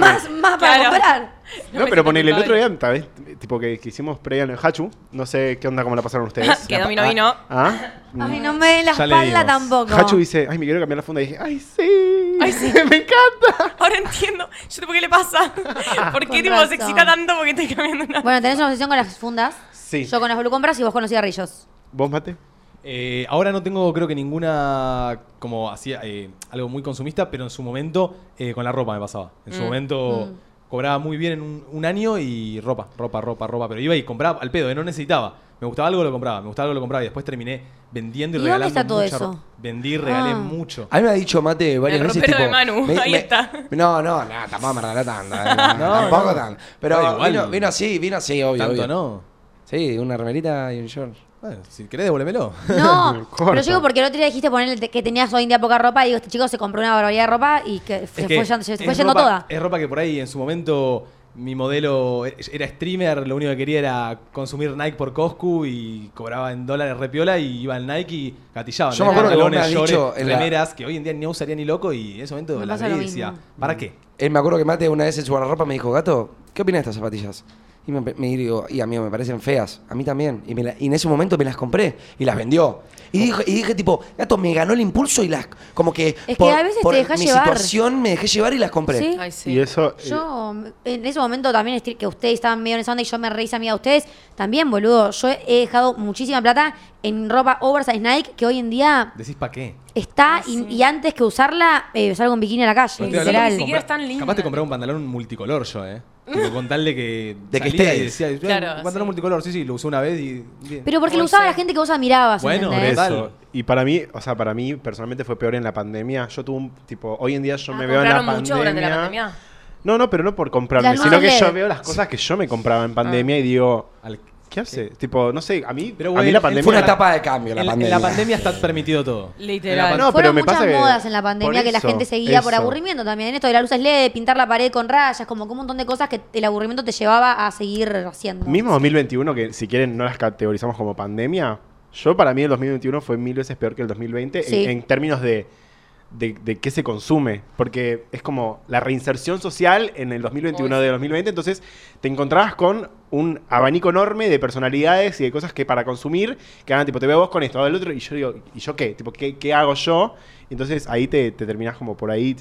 Speaker 2: más, más para
Speaker 3: Claro.
Speaker 2: comprar.
Speaker 3: No
Speaker 5: No,
Speaker 3: me
Speaker 5: pero
Speaker 3: siento
Speaker 5: ponele el otro
Speaker 3: culpable.
Speaker 5: día, tal vez, tipo que, que hicimos previa en el Hachu. No sé qué onda, cómo la pasaron ustedes.
Speaker 3: Que Domino vino.
Speaker 5: ¿Ah?
Speaker 2: Ay, no me den la
Speaker 1: Ya le
Speaker 2: espalda
Speaker 1: dimos.
Speaker 2: tampoco.
Speaker 5: Hachu dice, ay, me quiero cambiar la funda. Y dije, ay, sí.
Speaker 3: Ay, sí.
Speaker 5: me encanta.
Speaker 3: Ahora entiendo. Yo tipo, ¿qué le pasa? ¿Por qué
Speaker 2: Con
Speaker 3: tipo, se
Speaker 2: razón.
Speaker 3: excita tanto porque estoy cambiando una?
Speaker 2: Bueno, tenés una obsesión con las fundas.
Speaker 5: Sí.
Speaker 2: Yo con las compras y vos con los cigarrillos.
Speaker 5: ¿Vos, Mate?
Speaker 1: Eh, ahora no tengo, creo que ninguna, como hacía, eh, algo muy consumista, pero en su momento eh, con la ropa me pasaba. En
Speaker 2: Mm.
Speaker 1: su momento cobraba muy bien en un, un año y ropa, ropa, ropa, ropa. Pero iba y compraba al pedo, eh, no necesitaba. Me gustaba algo, lo compraba. Me gustaba algo, lo compraba. Y después terminé vendiendo y,
Speaker 2: ¿Y dónde
Speaker 1: regalando.
Speaker 2: está todo
Speaker 1: mucha
Speaker 2: eso?
Speaker 1: ropa. Vendí, regalé
Speaker 2: Ah.
Speaker 1: mucho.
Speaker 4: A mí me ha dicho Mate varias
Speaker 3: El
Speaker 4: veces.
Speaker 3: ropero
Speaker 4: tipo,
Speaker 3: de Manu,
Speaker 4: me-
Speaker 3: ahí
Speaker 4: me-
Speaker 3: está.
Speaker 4: No, no, no, tampoco me regaló tanto. eh, no, tampoco
Speaker 1: no.
Speaker 4: tan. Pero
Speaker 1: No, igual.
Speaker 4: vino, vino así, vino así, obvio.
Speaker 1: Tanto
Speaker 4: obvio.
Speaker 1: no.
Speaker 4: Sí, una remerita y un short.
Speaker 1: Bueno, si querés, devuélvemelo.
Speaker 2: No,
Speaker 5: Corta.
Speaker 2: pero yo digo porque el otro día dijiste ponerle te- que tenías hoy en día poca ropa y digo, este chico se compró una barbaridad de ropa y que se
Speaker 1: Es que
Speaker 2: fue, yendo, se
Speaker 1: es
Speaker 2: fue yendo
Speaker 1: ropa-
Speaker 2: toda.
Speaker 1: Es ropa que por ahí en su momento Mi modelo era streamer, lo único que quería era consumir Nike por Coscu y cobraba en dólares repiola y iba al Nike y gatillaba.
Speaker 4: Yo me acuerdo que vos me
Speaker 1: Pantalones,
Speaker 4: has dicho
Speaker 1: shorts,
Speaker 4: en la-
Speaker 1: remeras que hoy en día no usaría ni loco y en ese momento
Speaker 2: Me
Speaker 1: la
Speaker 2: pasa
Speaker 1: vi y
Speaker 2: lo
Speaker 1: decía,
Speaker 2: mismo.
Speaker 1: ¿para qué?
Speaker 4: Él me acuerdo que Mate una vez en su guardarropa me dijo, gato, ¿qué opinas de estas zapatillas? Y me, me digo, y amigo, me parecen feas. A mí también. Y, me la- y en ese momento me las compré y las vendió. Y dije, y dije tipo, gato, me ganó el impulso y las. Como que.
Speaker 2: que a veces te dejás
Speaker 4: mi
Speaker 2: llevar.
Speaker 4: situación me dejé llevar y las compré.
Speaker 2: Sí.
Speaker 3: Ay, sí.
Speaker 5: Y eso. eh,
Speaker 2: Yo, en ese momento también, estir- que ustedes estaban medio en esa onda y yo me reís amiga de ustedes, también, boludo, yo he dejado muchísima plata en ropa oversize Nike que hoy en día
Speaker 1: Decís, ¿para qué?
Speaker 2: está
Speaker 5: Ah,
Speaker 2: y- y, antes que usarla eh, salgo en bikini a la calle,
Speaker 1: No
Speaker 3: Estoy
Speaker 1: estoy
Speaker 3: Literal.
Speaker 1: hablando de
Speaker 3: Ni
Speaker 2: literal.
Speaker 3: siquiera es
Speaker 1: comprar-
Speaker 3: tan linda.
Speaker 1: Capaz te compré un pantalón multicolor yo, ¿eh? Tipo, con tal de que.
Speaker 4: De que
Speaker 1: salía y
Speaker 4: estés.
Speaker 1: decía, "Ay,
Speaker 3: Claro,
Speaker 1: un pantalón
Speaker 3: sí.
Speaker 1: multicolor, sí, sí, lo usé una vez y. bien".
Speaker 2: Pero porque lo
Speaker 3: Hoy
Speaker 2: usaba
Speaker 3: sí.
Speaker 2: la gente que vos admirabas,
Speaker 1: Bueno,
Speaker 3: eh,
Speaker 5: por
Speaker 2: ¿entendés?
Speaker 1: ¿ves?
Speaker 5: eso. Y para mí, o sea, para mí personalmente fue peor en la pandemia. Yo tuve un tipo, hoy en día yo
Speaker 3: Ah,
Speaker 5: me veo en la
Speaker 3: compraron
Speaker 5: pandemia.
Speaker 3: mucho durante la pandemia.
Speaker 5: No, no, pero no por comprarme,
Speaker 2: Las
Speaker 5: sino que
Speaker 2: luces
Speaker 5: yo
Speaker 2: LED.
Speaker 5: veo las cosas que yo me compraba
Speaker 3: Ah.
Speaker 5: en pandemia y digo,
Speaker 1: Al-
Speaker 5: ¿qué hace? Tipo, no sé, a mí,
Speaker 1: Pero
Speaker 5: a mí
Speaker 1: bueno,
Speaker 5: la
Speaker 4: Fue una
Speaker 5: pandemia
Speaker 4: etapa de cambio
Speaker 1: En
Speaker 4: la
Speaker 1: la, en
Speaker 4: pandemia.
Speaker 1: la pandemia está permitido todo.
Speaker 3: Literal.
Speaker 1: En la pan-
Speaker 5: No, pero
Speaker 2: Fueron
Speaker 5: me
Speaker 2: muchas
Speaker 5: pasa que-
Speaker 2: modas en la pandemia
Speaker 5: por
Speaker 2: que la
Speaker 5: eso,
Speaker 2: gente seguía por
Speaker 5: eso.
Speaker 2: aburrimiento también. Esto de la luz es LED, pintar la pared con rayas, como que un montón de cosas que el aburrimiento te llevaba a seguir haciendo.
Speaker 5: Mismo 2021, que si quieren no las categorizamos como pandemia, yo para mí el 2021 fue mil veces peor que el 2020 en-
Speaker 2: Sí.
Speaker 5: en, términos de, de, de qué se consume. Porque es como la reinserción social en el 2021
Speaker 3: Uy, sí.
Speaker 5: de 2020. Entonces te encontrabas con un abanico enorme de personalidades y de cosas que para consumir, que eran tipo, te veo vos con esto, del otro, y yo digo, ¿y yo qué? Tipo, ¿qué, qué hago yo? Entonces ahí te, te terminás como por ahí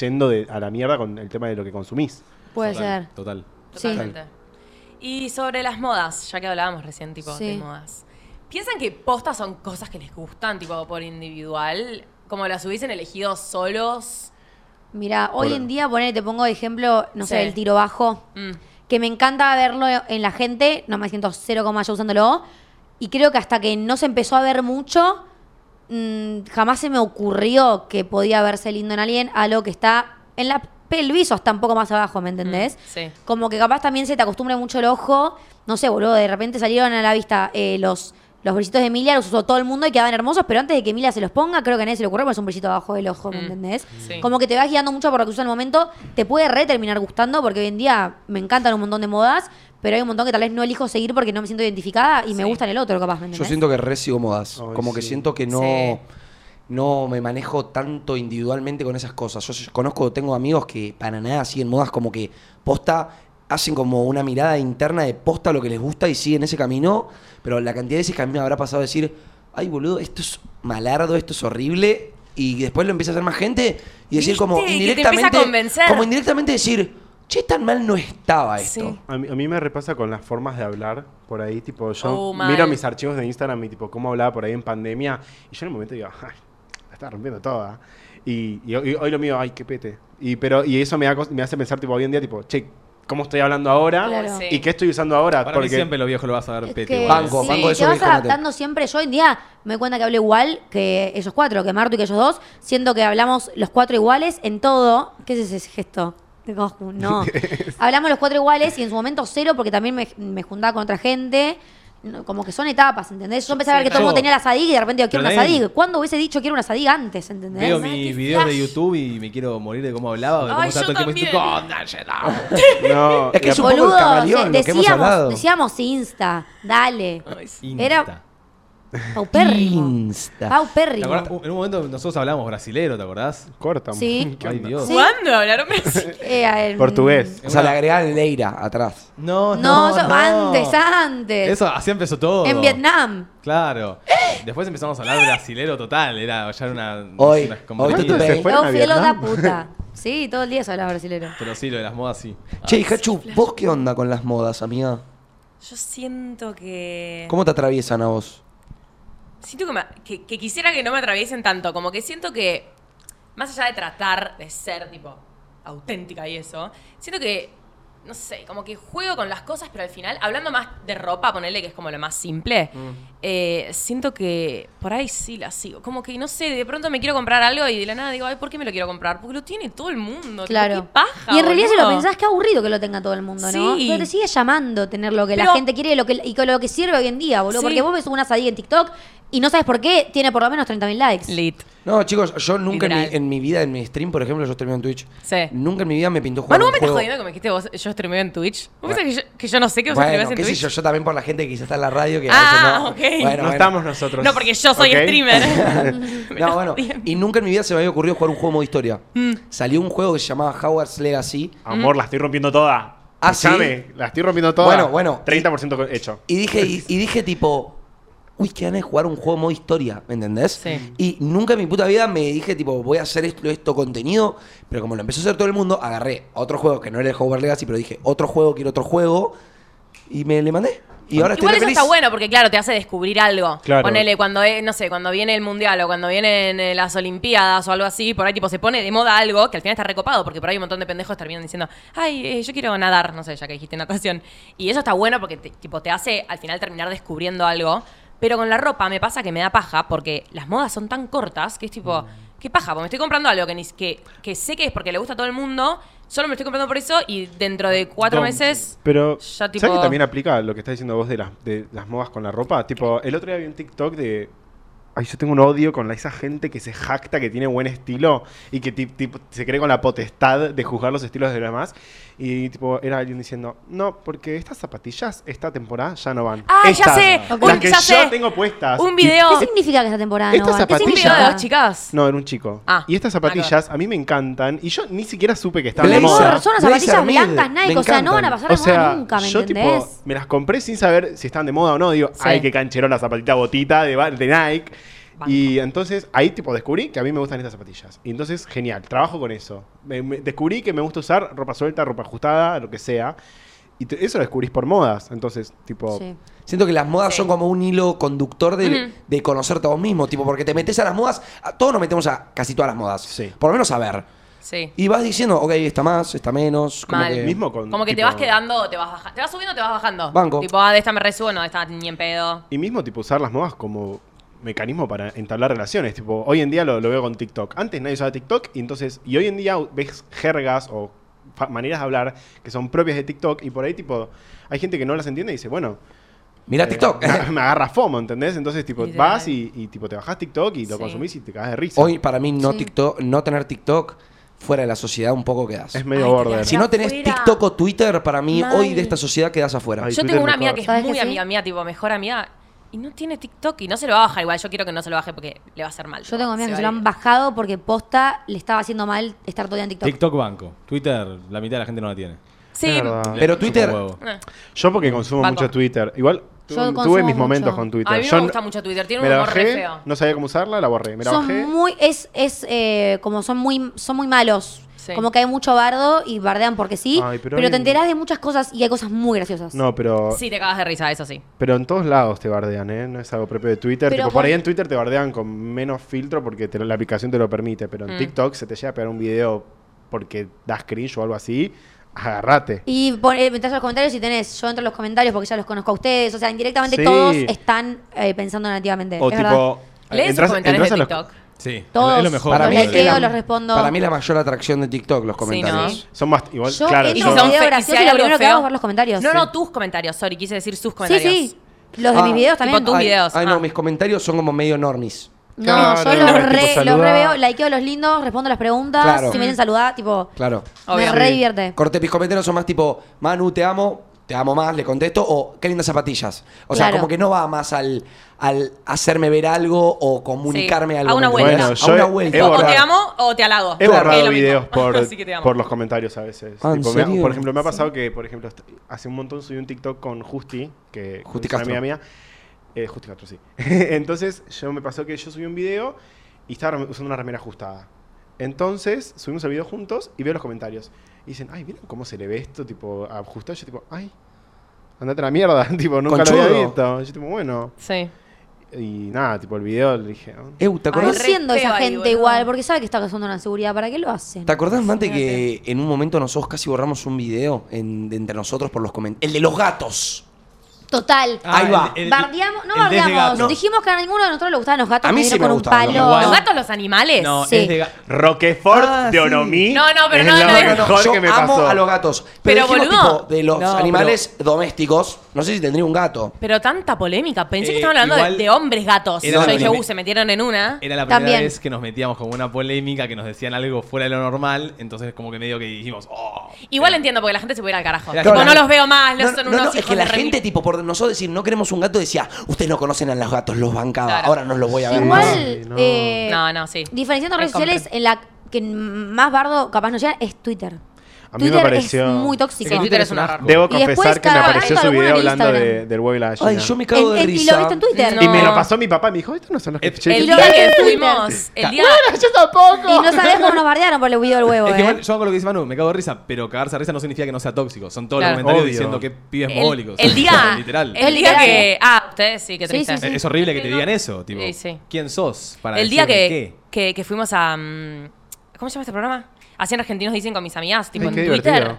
Speaker 5: yendo de- a la mierda con el tema de lo que consumís.
Speaker 2: Puede
Speaker 1: Total,
Speaker 2: ser.
Speaker 1: Total.
Speaker 2: Sí.
Speaker 3: Totalmente. Y sobre las modas, ya que hablábamos recién, tipo,
Speaker 2: Sí.
Speaker 3: de modas. ¿Piensan que postas son cosas que les gustan, tipo, por individual? Como las hubiesen elegido solos.
Speaker 2: Mira, hoy
Speaker 5: Por-
Speaker 2: en día, poner, te pongo de ejemplo, no
Speaker 3: Sí.
Speaker 2: sé, el tiro bajo,
Speaker 3: Mm.
Speaker 2: que me encanta verlo en la gente, no me siento cero coma yo usándolo, y creo que hasta que no se empezó a ver mucho, mm, jamás se me ocurrió que podía verse lindo en alguien algo que está en la pelvis o hasta un poco más abajo, ¿me entendés?
Speaker 3: Mm, sí.
Speaker 2: Como que capaz también se te acostumbra mucho el ojo, no sé, boludo, de repente salieron a la vista eh, los... Los brillitos de Emilia los usó todo el mundo y quedaban hermosos, pero antes de que Emilia se los ponga, creo que a nadie se le ocurrió porque es un brillito abajo del ojo, ¿me
Speaker 3: Mm.
Speaker 2: entendés?
Speaker 3: Sí.
Speaker 2: Como que te vas guiando mucho por lo que usa en el momento, te puede re terminar gustando porque hoy en día me encantan un montón de modas, pero hay un montón que tal vez no elijo seguir porque no me siento identificada y me
Speaker 3: Sí.
Speaker 2: gustan el otro, capaz, ¿me
Speaker 4: Yo
Speaker 2: entendés?
Speaker 4: siento que re sigo modas.
Speaker 5: Ay,
Speaker 4: como que
Speaker 5: sí.
Speaker 4: siento que no,
Speaker 3: Sí.
Speaker 4: no me manejo tanto individualmente con esas cosas. Yo s- conozco, tengo amigos que para nada siguen modas, como que posta, hacen como una mirada interna de posta lo que les gusta y siguen ese camino. Pero la cantidad de veces que a mí me habrá pasado decir, ay boludo, esto es malardo, esto es horrible. Y después lo empieza a hacer más gente y decir como
Speaker 3: ¿Viste? Que te empieza a
Speaker 4: indirectamente.
Speaker 3: convencer.
Speaker 4: Como indirectamente decir, che, tan mal no estaba esto.
Speaker 3: Sí.
Speaker 5: A mí, a mí me repasa con las formas de hablar por ahí, tipo, yo
Speaker 3: Oh, mal.
Speaker 5: miro mis archivos de Instagram y tipo, cómo hablaba por ahí en pandemia, y yo en el momento digo, ay, la está rompiendo toda. Y, y hoy- hoy lo mío, ay, qué pete. Y, pero, y eso me, da cos- me hace pensar, tipo, hoy en día, tipo, che, ¿cómo estoy hablando ahora?
Speaker 2: Claro.
Speaker 3: Sí.
Speaker 5: ¿Y qué estoy usando ahora?
Speaker 1: Para mí
Speaker 5: Ah, Porque
Speaker 1: siempre lo viejo lo vas a ver
Speaker 2: Es
Speaker 1: pete.
Speaker 2: que-
Speaker 1: igual.
Speaker 4: Banco,
Speaker 2: sí,
Speaker 4: banco de eso
Speaker 2: te
Speaker 4: que
Speaker 2: vas
Speaker 4: dijo Mate.
Speaker 2: adaptando siempre. Yo hoy en día me doy cuenta que hablo igual que ellos cuatro, que Martu y que ellos dos, siendo que hablamos los cuatro iguales en todo. ¿Qué es ese gesto? De Goku, No. hablamos los cuatro iguales y en su momento cero, porque también me, me juntaba con otra gente. No, Como que son etapas, ¿entendés? Yo empecé a ver que todo el mundo
Speaker 1: Yo-
Speaker 2: tenía la sadig y de repente digo, quiero una
Speaker 1: Pero nadie-
Speaker 2: sadig. ¿Cuándo hubiese dicho quiero una sadig antes, entendés?
Speaker 1: Veo
Speaker 3: Ay, qué
Speaker 1: mis videos de
Speaker 3: flash.
Speaker 1: YouTube y me quiero morir de cómo hablaba, de cómo
Speaker 3: Ay,
Speaker 1: estaba
Speaker 3: yo
Speaker 1: todo el tiempo. y
Speaker 3: también.
Speaker 1: estoy, "God, that's it, ah".
Speaker 5: no,
Speaker 4: Es que
Speaker 5: la-
Speaker 4: es un poco el
Speaker 2: Boludo,
Speaker 4: camaleón, lo que hemos hablado.
Speaker 2: decíamos, decíamos Insta, dale.
Speaker 3: Ay, sí.
Speaker 1: Insta.
Speaker 2: Era- Paupérrimo.
Speaker 4: Insta.
Speaker 1: ¿Te
Speaker 2: Paupérrimo.
Speaker 1: acordás? En un momento nosotros hablábamos brasilero, ¿te acordás?
Speaker 5: corta.
Speaker 2: Sí.
Speaker 5: ¿Qué
Speaker 1: Ay,
Speaker 5: onda?
Speaker 1: Dios.
Speaker 2: Sí.
Speaker 3: ¿Cuándo hablaron así?
Speaker 2: Eh, a ver,
Speaker 5: Portugués.
Speaker 4: O sea, le agregaban Leira atrás.
Speaker 1: No,
Speaker 2: No,
Speaker 1: no,
Speaker 2: eso-
Speaker 1: no.
Speaker 2: antes, antes.
Speaker 1: Eso, así empezó todo.
Speaker 2: En Vietnam.
Speaker 1: Claro. Después empezamos a hablar brasilero total. Era ya era una.
Speaker 4: Hoy,
Speaker 1: unas
Speaker 4: hoy
Speaker 1: competitivas.
Speaker 4: tú
Speaker 5: ¿Cuánto
Speaker 4: te
Speaker 5: se
Speaker 4: ves.
Speaker 5: fue? ¿Fueron
Speaker 2: Yo
Speaker 5: a
Speaker 2: fiel da
Speaker 5: Vietnam?
Speaker 2: puta. Sí, todo el día se hablaba brasilero.
Speaker 1: Pero sí, lo de las modas sí.
Speaker 4: Che, y Hachu, ¿vos qué onda con las modas, amiga?
Speaker 3: Yo siento que.
Speaker 4: ¿Cómo te atraviesan a vos?
Speaker 3: Siento que, me- que- que quisiera que no me atraviesen tanto. Como que siento que, más allá de tratar de ser, tipo, auténtica y eso, siento que, no sé, como que juego con las cosas, pero al final, hablando más de ropa, ponerle que es como lo más simple,
Speaker 4: Mm.
Speaker 3: eh, siento que por ahí sí la sigo. Como que, no sé, de pronto me quiero comprar algo y de la nada digo, ay, ¿por qué me lo quiero comprar? Porque lo tiene todo el mundo. tipo,
Speaker 2: Claro.
Speaker 3: qué paja,
Speaker 2: y en realidad, si lo
Speaker 3: boludo.
Speaker 2: pensás, qué aburrido que lo tenga todo el mundo, ¿no?
Speaker 3: Sí.
Speaker 2: Pero te sigue llamando tener lo que la
Speaker 3: Pero-
Speaker 2: gente quiere y, lo que, y con lo que sirve hoy en día, boludo.
Speaker 3: Sí.
Speaker 2: Porque vos ves una sadilla en TikTok y no sabes por qué, tiene por lo menos 30.000 likes.
Speaker 3: Lit.
Speaker 4: No, chicos, yo nunca en mi,
Speaker 3: Literal.
Speaker 4: en mi vida, en mi stream, por ejemplo, yo streameo en Twitch.
Speaker 3: Sí.
Speaker 4: Nunca en mi vida me pintó jugar
Speaker 3: Manu, vos
Speaker 4: un
Speaker 3: me estás
Speaker 4: juego.
Speaker 3: jodiendo que me dijiste vos, yo streameo en Twitch. ¿Vos pensás que yo, que yo no sé que vos
Speaker 4: bueno,
Speaker 3: streameás
Speaker 4: qué
Speaker 3: en
Speaker 4: sé
Speaker 3: Twitch?
Speaker 4: yo, yo también por la gente que quizás está en la radio que
Speaker 3: Ah,
Speaker 4: a veces no.
Speaker 3: ok.
Speaker 5: No
Speaker 4: Bueno, bueno.
Speaker 5: estamos nosotros.
Speaker 3: No, porque yo soy
Speaker 5: ¿ok?
Speaker 3: streamer. Me
Speaker 4: No,
Speaker 3: lo
Speaker 4: bueno,
Speaker 3: jodieron.
Speaker 4: y nunca en mi vida se me había ocurrido jugar un juego modo historia.
Speaker 3: Mm.
Speaker 4: Salió un juego que se llamaba Howard's Legacy.
Speaker 5: Amor, la estoy rompiendo toda.
Speaker 4: Ah, ¿sí?
Speaker 5: Escuchame, la estoy rompiendo toda.
Speaker 4: Bueno, bueno.
Speaker 5: 30% hecho.
Speaker 4: Y dije, y, y dije tipo, uy, qué ganas de jugar un juego modo historia, ¿me entendés?
Speaker 3: Sí.
Speaker 4: Y nunca en mi puta vida me dije, tipo, voy a hacer esto, esto contenido, pero como lo empezó a hacer todo el mundo, agarré otro juego, que no era el Hogwarts Legacy, pero dije, otro juego, quiero otro juego, y me le mandé. Y ahora este estoy
Speaker 3: Igual
Speaker 4: re
Speaker 3: eso
Speaker 4: feliz.
Speaker 3: está bueno porque, claro, te hace descubrir algo.
Speaker 5: Claro.
Speaker 3: Ponele cuando, eh, no sé, cuando viene el mundial o cuando vienen eh, las olimpiadas o algo así, por ahí tipo se pone de moda algo que al final está recopado porque por ahí un montón de pendejos terminan diciendo, ay, eh, yo quiero nadar, no sé, ya que dijiste natación. Y eso está bueno porque te, tipo, te hace al final terminar descubriendo algo. Pero con la ropa me pasa que me da paja porque las modas son tan cortas que es tipo, qué paja, porque me estoy comprando algo que, ni, que, que sé que es porque le gusta a todo el mundo, solo me estoy comprando por eso y dentro de cuatro
Speaker 5: No,
Speaker 3: meses...
Speaker 5: Pero,
Speaker 3: ya, tipo-
Speaker 5: ¿sabes que también aplica lo que estás diciendo vos de las, de las modas con la ropa? Tipo, el otro día vi un TikTok de. Ay, yo tengo un odio con la- esa gente que se jacta, que tiene buen estilo y que ti- tipo, se cree con la potestad de juzgar los estilos de los demás. Y tipo, era alguien diciendo, no, porque estas zapatillas esta temporada ya no van.
Speaker 3: Ah, ya
Speaker 5: Estas,
Speaker 3: sé,
Speaker 2: Ok.
Speaker 3: un-
Speaker 5: las que
Speaker 3: ya
Speaker 5: yo
Speaker 3: sé.
Speaker 5: tengo puestas.
Speaker 3: Un
Speaker 5: Y-
Speaker 3: video.
Speaker 2: ¿Qué significa que esta temporada
Speaker 5: Estas
Speaker 2: no va? ¿Qué
Speaker 5: zapatillas-
Speaker 3: ¿Es un video
Speaker 2: significa?
Speaker 3: de dos chicas?
Speaker 5: No, era un chico.
Speaker 3: Ah.
Speaker 5: y estas
Speaker 3: Nada que ver.
Speaker 5: zapatillas a mí me encantan y yo ni siquiera supe que estaban de
Speaker 2: Blazer,
Speaker 5: moda.
Speaker 2: son las
Speaker 4: Blazer
Speaker 2: zapatillas
Speaker 4: mid,
Speaker 2: blancas Nike,
Speaker 4: me
Speaker 2: o sea, no van a pasar
Speaker 4: encantan.
Speaker 2: de
Speaker 5: o sea,
Speaker 2: moda nunca, ¿me
Speaker 5: yo
Speaker 2: entendés?
Speaker 5: tipo me las compré sin saber si estaban de moda o no. Digo,
Speaker 3: Sí.
Speaker 5: ay, qué cancherón la zapatita botita de, ba- de Nike. Y entonces ahí tipo descubrí que a mí me gustan estas zapatillas. Y entonces, genial, trabajo con eso. Me- me- descubrí que me gusta usar ropa suelta, ropa ajustada, lo que sea. Y te- eso lo descubrís por modas. Entonces, tipo,
Speaker 2: Sí.
Speaker 4: Siento que las modas
Speaker 3: Sí.
Speaker 4: son como un hilo conductor de, de conocerte a vos mismo, tipo, porque te metes a las modas, a- todos nos metemos a casi todas las modas,
Speaker 5: Sí.
Speaker 4: por lo menos a ver.
Speaker 3: Sí.
Speaker 4: Y vas diciendo, ok, está más, está menos, como
Speaker 3: Mal.
Speaker 4: que-
Speaker 5: mismo con.
Speaker 3: Como que te
Speaker 5: tipo-
Speaker 3: vas quedando, te vas bajando. Te vas subiendo, te vas bajando.
Speaker 4: Banco.
Speaker 3: Tipo, ah, de esta me resubo, no, de esta ni en pedo.
Speaker 5: Y mismo, tipo, usar las modas como mecanismo para entablar relaciones. Tipo, hoy en día lo, lo veo con TikTok. Antes nadie usaba TikTok y entonces, y hoy en día ves jergas o fa- maneras de hablar que son propias de TikTok y por ahí, tipo, hay gente que no las entiende y dice, bueno,
Speaker 4: Mira
Speaker 5: eh,
Speaker 4: TikTok.
Speaker 5: me, me agarra FOMO, ¿entendés? Entonces, tipo,
Speaker 3: Literal.
Speaker 5: vas y, y, tipo, te bajás TikTok y lo
Speaker 3: Sí.
Speaker 5: consumís y te cagas de risa.
Speaker 4: Hoy para mí no
Speaker 2: Sí.
Speaker 4: TikTok, no tener TikTok fuera de la sociedad un poco quedas.
Speaker 5: es medio
Speaker 3: Ay,
Speaker 5: border.
Speaker 4: Si no tenés
Speaker 3: Afuera.
Speaker 4: TikTok o Twitter, para mí
Speaker 2: Mal.
Speaker 4: hoy de esta sociedad quedas afuera.
Speaker 5: Ay,
Speaker 3: Yo
Speaker 5: Twitter
Speaker 3: tengo una
Speaker 5: mejor.
Speaker 3: amiga que es
Speaker 2: ¿Sabes que
Speaker 3: muy
Speaker 2: sí?
Speaker 3: amiga mía, tipo, mejor amiga, y no tiene TikTok y no se lo va a bajar. Igual yo quiero que no se lo baje porque le va a hacer mal.
Speaker 2: Yo tengo amigas que
Speaker 3: va
Speaker 2: se lo
Speaker 3: a
Speaker 2: han
Speaker 3: ir.
Speaker 2: bajado porque posta le estaba haciendo mal estar todo el día en TikTok.
Speaker 1: TikTok banco. Twitter, la mitad de la gente no la tiene.
Speaker 3: Sí.
Speaker 5: Es verdad.
Speaker 4: Pero
Speaker 1: Le
Speaker 4: Twitter-
Speaker 1: chupa huevo.
Speaker 3: Eh.
Speaker 5: Yo porque consumo
Speaker 3: Banco.
Speaker 5: mucho Twitter. Igual tu-
Speaker 2: Yo consumo
Speaker 5: tuve mis
Speaker 2: mucho.
Speaker 5: momentos con Twitter.
Speaker 3: A mí me
Speaker 5: Yo no-
Speaker 3: gusta mucho Twitter, tiene
Speaker 5: me
Speaker 3: un
Speaker 5: la
Speaker 3: humor re
Speaker 5: bajé,
Speaker 3: feo.
Speaker 5: No sabía cómo usarla, la borré. Me la
Speaker 2: son
Speaker 5: bajé.
Speaker 2: muy, es, es eh, como son muy, son muy malos.
Speaker 3: Sí.
Speaker 2: Como que hay mucho bardo y bardean porque sí,
Speaker 5: Ay, pero
Speaker 2: pero,
Speaker 5: hay
Speaker 2: te
Speaker 5: un-
Speaker 2: enterás de muchas cosas y hay cosas muy graciosas.
Speaker 5: No, pero
Speaker 3: Sí, te cagas de risa, eso sí.
Speaker 5: Pero en todos lados te bardean, ¿eh? No es algo propio de Twitter.
Speaker 2: Pero
Speaker 5: Tipo, por
Speaker 2: pon-
Speaker 5: ahí en Twitter te bardean con menos filtro porque te lo- la aplicación te lo permite. Pero en TikTok se te llega a pegar un video porque das cringe o algo así. Agarrate.
Speaker 2: Y pon- eh, metés en los comentarios y tenés, yo entro en los comentarios porque ya los conozco a ustedes, o sea, indirectamente
Speaker 5: Sí.
Speaker 2: todos están eh, pensando negativamente.
Speaker 5: O
Speaker 2: es verdad.
Speaker 5: tipo.
Speaker 3: Lees
Speaker 5: entras-
Speaker 3: los comentarios
Speaker 5: entras
Speaker 3: de
Speaker 5: a los-
Speaker 3: TikTok.
Speaker 1: Sí,
Speaker 2: Todos.
Speaker 1: es lo mejor.
Speaker 2: Para
Speaker 1: Para
Speaker 2: mí
Speaker 1: mí
Speaker 2: Los likeo,
Speaker 4: la-
Speaker 2: los respondo.
Speaker 4: para mí la mayor atracción de TikTok, los comentarios.
Speaker 3: Sí,
Speaker 5: Son más. Igual,
Speaker 2: Yo
Speaker 5: claro.
Speaker 2: entro
Speaker 5: yo-
Speaker 2: en
Speaker 3: son
Speaker 2: video
Speaker 3: fe- y
Speaker 2: gracioso
Speaker 3: si hay
Speaker 2: y lo
Speaker 3: algo
Speaker 2: primero que
Speaker 3: feo-
Speaker 2: hago es ver los comentarios.
Speaker 3: No,
Speaker 2: Sí.
Speaker 3: no, tus comentarios, sorry, quise decir sus
Speaker 2: Sí,
Speaker 3: comentarios.
Speaker 2: sí. Los de
Speaker 4: Ah,
Speaker 2: mis videos
Speaker 3: tipo
Speaker 2: también.
Speaker 3: tú. tus
Speaker 4: Ay,
Speaker 3: videos,
Speaker 4: Ay,
Speaker 3: ah.
Speaker 4: no, mis comentarios son como medio normis.
Speaker 2: No,
Speaker 5: Claro,
Speaker 2: yo los
Speaker 5: tipo
Speaker 2: re, los
Speaker 5: saludar.
Speaker 2: re veo, likeo a los lindos, respondo las preguntas,
Speaker 4: Claro.
Speaker 2: si me vienen saludar, tipo,
Speaker 4: Claro.
Speaker 2: me
Speaker 3: Obvio.
Speaker 2: re
Speaker 3: Sí.
Speaker 2: divierte.
Speaker 4: Corte, mis comentarios son más tipo, Manu, te amo, te amo más, le contesto, o qué lindas zapatillas. O sea,
Speaker 2: Claro.
Speaker 4: como que no va más al, al hacerme ver algo o comunicarme
Speaker 3: Sí,
Speaker 4: algo.
Speaker 3: a una
Speaker 4: ¿me
Speaker 3: vuelta.
Speaker 4: entendés?
Speaker 5: Bueno,
Speaker 4: a
Speaker 5: yo
Speaker 4: una
Speaker 5: he-
Speaker 4: vuelta.
Speaker 5: he
Speaker 3: O
Speaker 5: borrado.
Speaker 3: te amo o te halago. Porque
Speaker 5: He
Speaker 3: es
Speaker 5: borrado
Speaker 3: lo mismo.
Speaker 5: videos por,
Speaker 3: Así que te amo.
Speaker 5: por los comentarios a veces.
Speaker 4: Ah, ¿en
Speaker 5: Tipo, me-
Speaker 4: serio?
Speaker 5: por ejemplo, me ha pasado que, por ejemplo, est- hace un montón subí un TikTok con Justi, que
Speaker 4: Justi
Speaker 5: es una
Speaker 4: Castro.
Speaker 5: amiga mía. Eh, Justi Castro, sí. Entonces, yo me pasó que yo subí un video y estaba rem- usando una remera ajustada. Entonces, subimos el video juntos y veo los comentarios. Y dicen, ay, miren cómo se le ve esto, tipo, ajustado. Yo tipo, ay, andate a la mierda. tipo, nunca lo
Speaker 4: Conchudo.
Speaker 5: había visto. Yo tipo, bueno.
Speaker 3: Sí.
Speaker 5: Y nada, tipo, el video le dije... "Ah".
Speaker 4: Ew, ¿te
Speaker 2: No
Speaker 4: acordás?
Speaker 3: re
Speaker 2: siendo
Speaker 3: feo
Speaker 2: esa
Speaker 3: ahí,
Speaker 2: gente
Speaker 3: boludo.
Speaker 2: igual, porque sabe que está causando una inseguridad, ¿para qué lo hacen?
Speaker 4: ¿Te acordás, Mante, que en un momento nosotros casi borramos un video en- de entre nosotros por los comentarios? El de los gatos.
Speaker 2: Total.
Speaker 1: Ah,
Speaker 4: Ahí va.
Speaker 1: el- el-
Speaker 2: bardeamos, no
Speaker 1: el desde
Speaker 2: bardeamos.
Speaker 1: gato.
Speaker 2: Dijimos que a ninguno de nosotros le gustaban los gatos.
Speaker 4: A mí
Speaker 2: que
Speaker 4: sí
Speaker 2: vinieron
Speaker 4: me
Speaker 2: con un
Speaker 4: gustaban los
Speaker 2: palo.
Speaker 3: ¿Los gatos, los animales?
Speaker 1: No,
Speaker 2: Sí.
Speaker 1: es de ga-
Speaker 5: Roquefort
Speaker 6: Ah,
Speaker 5: de
Speaker 6: sí.
Speaker 5: Onomí.
Speaker 3: No, no, pero
Speaker 5: es
Speaker 3: no,
Speaker 5: lo
Speaker 3: no, no.
Speaker 5: mejor
Speaker 4: Yo
Speaker 5: que me
Speaker 4: amo
Speaker 5: pasó.
Speaker 4: a los gatos.
Speaker 3: Pero,
Speaker 4: Pero, dijimos,
Speaker 3: boludo.
Speaker 4: tipo, de los
Speaker 6: No,
Speaker 4: animales domésticos, no sé si tendría un gato.
Speaker 3: Pero tanta polémica. Pensé
Speaker 1: Eh,
Speaker 3: que estaban hablando
Speaker 1: igual-
Speaker 3: de, de hombres gatos.
Speaker 1: Era
Speaker 3: Yo
Speaker 1: la
Speaker 3: dije,
Speaker 1: primera-
Speaker 3: uh, se metieron en una.
Speaker 1: Era la primera
Speaker 2: También.
Speaker 1: vez que nos metíamos con una polémica que nos decían algo fuera de lo normal, entonces como que medio que dijimos, oh.
Speaker 3: Igual
Speaker 1: Era-
Speaker 3: entiendo porque la gente se puede ir al carajo.
Speaker 1: Era
Speaker 3: Tipo,
Speaker 1: como-
Speaker 3: no Ah, los veo más, no, son
Speaker 4: no,
Speaker 3: unos
Speaker 4: no,
Speaker 3: hijos
Speaker 4: es que la
Speaker 3: de remil.
Speaker 4: gente, tipo, por nosotros decir no queremos un gato, decía, ustedes no conocen a los gatos, los bancaba.
Speaker 3: Claro.
Speaker 4: Ahora no los voy a ver más.
Speaker 2: Igual,
Speaker 5: no.
Speaker 2: eh,
Speaker 3: No, no, sí.
Speaker 2: diferenciando redes
Speaker 3: Me compro.
Speaker 2: sociales, en la que más bardo capaz no llega es Twitter.
Speaker 5: A mí me
Speaker 2: Twitter
Speaker 5: pareció-
Speaker 2: es muy
Speaker 1: Es
Speaker 2: tóxico.
Speaker 1: que
Speaker 3: Sí, Twitter es un
Speaker 1: asco.
Speaker 3: horror.
Speaker 5: Debo
Speaker 2: Y después
Speaker 5: confesar que me
Speaker 2: cada-
Speaker 5: apareció
Speaker 2: hay
Speaker 5: su video
Speaker 2: alguno en
Speaker 5: hablando de,
Speaker 2: Instagram.
Speaker 5: del huevo y la gallina.
Speaker 4: Ay, yo me
Speaker 2: En-
Speaker 4: cago de
Speaker 2: en- y
Speaker 4: risa.
Speaker 2: lo viste en Twitter.
Speaker 3: No.
Speaker 5: Y me lo pasó mi papá, me dijo, estos no son los que...
Speaker 1: Eh,
Speaker 5: Che,
Speaker 3: El
Speaker 2: lo
Speaker 3: día que
Speaker 2: vi en
Speaker 3: fuimos, el día...
Speaker 2: Y no sabés cómo nos bardearon por el video del huevo,
Speaker 1: Es que
Speaker 2: eh.
Speaker 1: igual, yo hago lo que dice Manu, me cago de risa, pero cagarse de risa no significa que no sea tóxico. Son todos
Speaker 3: Claro.
Speaker 1: los comentarios
Speaker 5: Obvio.
Speaker 1: diciendo que pibes
Speaker 3: El,
Speaker 1: mogólicos.
Speaker 3: el día...
Speaker 1: Literal.
Speaker 3: El día
Speaker 2: Literal.
Speaker 3: que... Ah, ustedes sí, qué
Speaker 2: Sí, sí,
Speaker 3: triste.
Speaker 2: sí.
Speaker 1: Es horrible que te digan eso, tipo.
Speaker 3: Sí, sí.
Speaker 1: ¿Quién sos? Para
Speaker 3: El día
Speaker 1: decirme
Speaker 3: que, que, que fuimos a... mm, ¿Cómo se llama este programa? Así en Argentinos dicen con mis amigas, tipo
Speaker 5: Ay,
Speaker 3: en
Speaker 5: qué
Speaker 3: Twitter.
Speaker 5: divertido.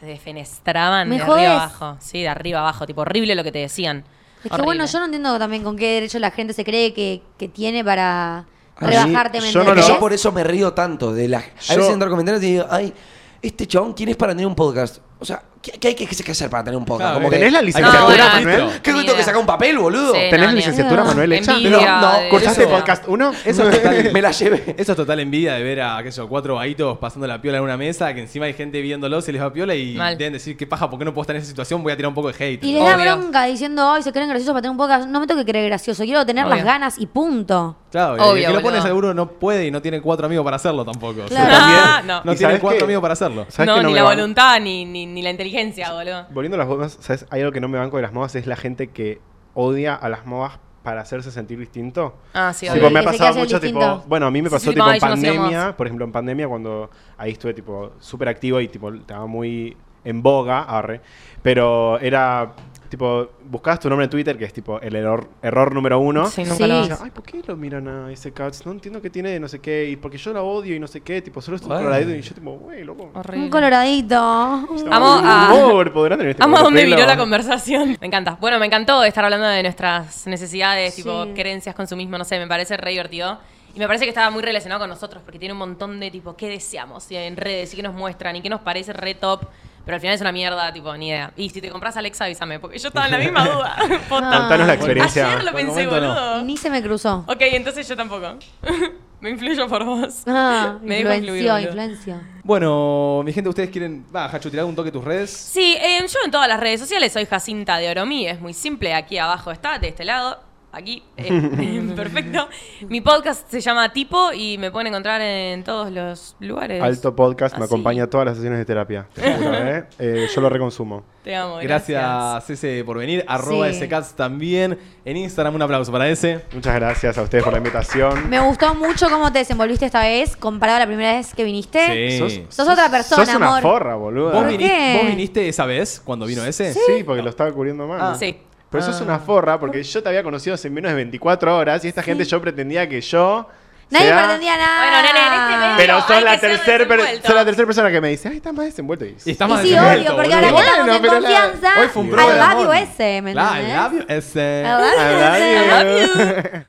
Speaker 3: Te defenestraban
Speaker 2: Me
Speaker 3: de
Speaker 2: jodés.
Speaker 3: arriba abajo. Sí, de arriba abajo. Tipo, horrible lo que te decían.
Speaker 2: Es que
Speaker 3: Horrible.
Speaker 2: bueno, yo no entiendo también con qué derecho la gente se cree que, que tiene para
Speaker 4: A
Speaker 2: rebajarte
Speaker 5: mí-
Speaker 2: ¿me
Speaker 5: yo no
Speaker 4: Porque
Speaker 5: lo-
Speaker 2: entendés?
Speaker 4: yo por eso me río tanto de la. A
Speaker 5: Yo-
Speaker 4: veces entro a comentarios y digo, ay, este chabón, ¿quién es para tener un podcast? O sea, ¿qué, qué hay que, qué hacer para tener un podcast?
Speaker 1: Claro,
Speaker 4: Como que-
Speaker 5: ¿Tenés la
Speaker 1: Hay que
Speaker 5: licenciatura,
Speaker 1: sacar un
Speaker 5: Manuel?
Speaker 1: registro.
Speaker 4: ¿Qué
Speaker 3: Ni
Speaker 4: tengo que
Speaker 3: idea.
Speaker 4: sacar un papel, boludo?
Speaker 3: Sí,
Speaker 5: ¿Tenés
Speaker 3: no, ni
Speaker 5: licenciatura,
Speaker 2: idea.
Speaker 5: Manuel? hecha?
Speaker 3: Envidia,
Speaker 4: No, no,
Speaker 3: de-
Speaker 5: ¿Cursaste
Speaker 3: eso.
Speaker 5: podcast 1?
Speaker 4: Eso es total, me la llevé.
Speaker 1: Eso es total envidia de ver a, qué sé yo, cuatro vaguitos pasando la piola en una mesa, que encima hay gente viéndolos y les va piola y
Speaker 3: Mal.
Speaker 1: deben decir, qué paja, ¿por qué no puedo estar en esa situación? Voy a tirar un poco de hate.
Speaker 2: Y les da
Speaker 3: Obvio.
Speaker 2: bronca diciendo, ay, se creen graciosos para tener un podcast. No me tengo que creer gracioso, quiero tener las
Speaker 3: Obvio.
Speaker 2: ganas y punto.
Speaker 1: Claro, y
Speaker 3: Obvio,
Speaker 1: el que lo
Speaker 3: boludo.
Speaker 1: pone seguro no puede y no tiene cuatro amigos para hacerlo tampoco. O sea,
Speaker 2: Claro.
Speaker 1: también
Speaker 3: Ah, no.
Speaker 1: No
Speaker 5: ¿Y
Speaker 1: tiene
Speaker 5: sabes
Speaker 1: cuatro
Speaker 5: qué?
Speaker 1: amigos para hacerlo.
Speaker 5: ¿Sabes
Speaker 3: No,
Speaker 5: que no
Speaker 3: ni
Speaker 5: me
Speaker 3: la
Speaker 5: banco?
Speaker 3: voluntad, ni, ni, ni la inteligencia, boludo.
Speaker 5: Volviendo a las modas, ¿sabes? Hay algo que no me banco de las modas, es la gente que odia a las modas para hacerse sentir distinto.
Speaker 3: Ah, sí,
Speaker 2: Sí,
Speaker 5: Tipo,
Speaker 3: obvio.
Speaker 5: me ha
Speaker 2: que se
Speaker 5: pasado
Speaker 2: hace
Speaker 5: mucho,
Speaker 2: distinto.
Speaker 5: tipo, bueno, a mí me
Speaker 3: Sí,
Speaker 5: pasó
Speaker 3: sí,
Speaker 5: tipo
Speaker 3: tipo,
Speaker 5: en
Speaker 3: "Ay, yo no sé
Speaker 5: pandemia,
Speaker 3: modas".
Speaker 5: por ejemplo, en pandemia cuando ahí estuve tipo súper activo y tipo estaba muy en boga, arre, pero era tipo, buscabas tu nombre en Twitter, que es tipo el error, error número uno.
Speaker 3: Sí,
Speaker 2: Sí.
Speaker 3: nunca lo
Speaker 5: Y decía, Ay, ¿por qué lo miran a ese Cats? No entiendo qué tiene de no sé qué, y porque yo la odio y no sé qué, tipo, solo estoy
Speaker 4: Bueno.
Speaker 5: coloradito y yo tipo, güey, loco.
Speaker 3: Horrible.
Speaker 2: Un coloradito.
Speaker 5: estaba
Speaker 3: Amo
Speaker 5: muy
Speaker 3: a-
Speaker 5: overpoderante en este
Speaker 3: Amo a dónde
Speaker 5: modelo".
Speaker 3: viró la conversación. Me encanta. Bueno, me encantó estar hablando de nuestras necesidades,
Speaker 2: Sí.
Speaker 3: tipo creencias, consumismo, no sé, me parece re divertido. Y me parece que estaba muy relacionado con nosotros, porque tiene un montón de tipo, ¿qué deseamos? Y en redes y qué nos muestran y qué nos parece re top. Pero al final es una mierda, tipo, ni idea. Y si te compras Alexa, avísame, porque yo estaba en la misma duda. Posta.
Speaker 5: Contanos la experiencia.
Speaker 3: Ayer lo
Speaker 1: Por el
Speaker 3: pensé,
Speaker 1: momento no.
Speaker 3: boludo.
Speaker 2: Ni se me cruzó.
Speaker 3: Ok, entonces yo tampoco. me influyo por vos.
Speaker 2: Ah,
Speaker 3: Me dejo influir,
Speaker 2: influenció,
Speaker 3: boludo.
Speaker 2: influenció.
Speaker 1: Bueno, mi gente, ¿ustedes quieren. Va, Hachu, tirar un toque tus redes?
Speaker 3: Sí, eh, yo en todas las redes sociales soy Jacinta de Oromí, es muy simple, aquí abajo está, de este lado, aquí, eh, perfecto. Mi podcast se llama Tipo y me pueden encontrar en todos los lugares.
Speaker 5: Alto Podcast me
Speaker 3: Así.
Speaker 5: acompaña a todas las sesiones de terapia. te juro, ¿eh? Eh, yo lo reconsumo.
Speaker 3: Te amo, gracias.
Speaker 1: Gracias, ese por venir. Arroba
Speaker 2: Sí.
Speaker 1: SCats también. En Instagram, un aplauso para ese.
Speaker 5: Muchas gracias a ustedes por la invitación.
Speaker 2: Me gustó mucho cómo te desenvolviste esta vez comparado a la primera vez que viniste.
Speaker 1: Sí.
Speaker 2: Sos otra persona,
Speaker 5: Sos una
Speaker 2: amor.
Speaker 5: forra, boludo.
Speaker 1: ¿Vos,
Speaker 2: ¿Por
Speaker 1: viniste,
Speaker 2: ¿Eh? qué?
Speaker 1: vos viniste esa vez cuando vino ese?
Speaker 5: Sí, porque lo estaba cubriendo mal.
Speaker 1: Ah.
Speaker 3: Sí.
Speaker 5: Pero sos una forra porque yo te había conocido hace menos de 24 horas y esta gente yo pretendía que yo.
Speaker 2: Nadie
Speaker 5: sea-
Speaker 2: pretendía nada.
Speaker 3: Bueno, nene, en este medio-
Speaker 5: Pero
Speaker 3: No, hay
Speaker 5: sos la,
Speaker 3: que ser
Speaker 5: tercer per-
Speaker 3: desenvuelto.
Speaker 5: sos la tercera persona que me dice, ay, estás más desenvuelto. Y
Speaker 1: Y está más
Speaker 2: y sí,
Speaker 1: desenvuelto,
Speaker 2: obvio, porque
Speaker 1: boludo.
Speaker 2: ahora
Speaker 5: Bueno,
Speaker 2: quedamos en
Speaker 5: pero la-
Speaker 2: confianza
Speaker 1: hoy fue un
Speaker 2: al
Speaker 1: programa de
Speaker 2: labio
Speaker 1: amor.
Speaker 2: ese, ¿me
Speaker 1: La, el
Speaker 2: entendés?
Speaker 1: labio ese.
Speaker 2: Al labio
Speaker 5: I love
Speaker 2: ese.
Speaker 5: you.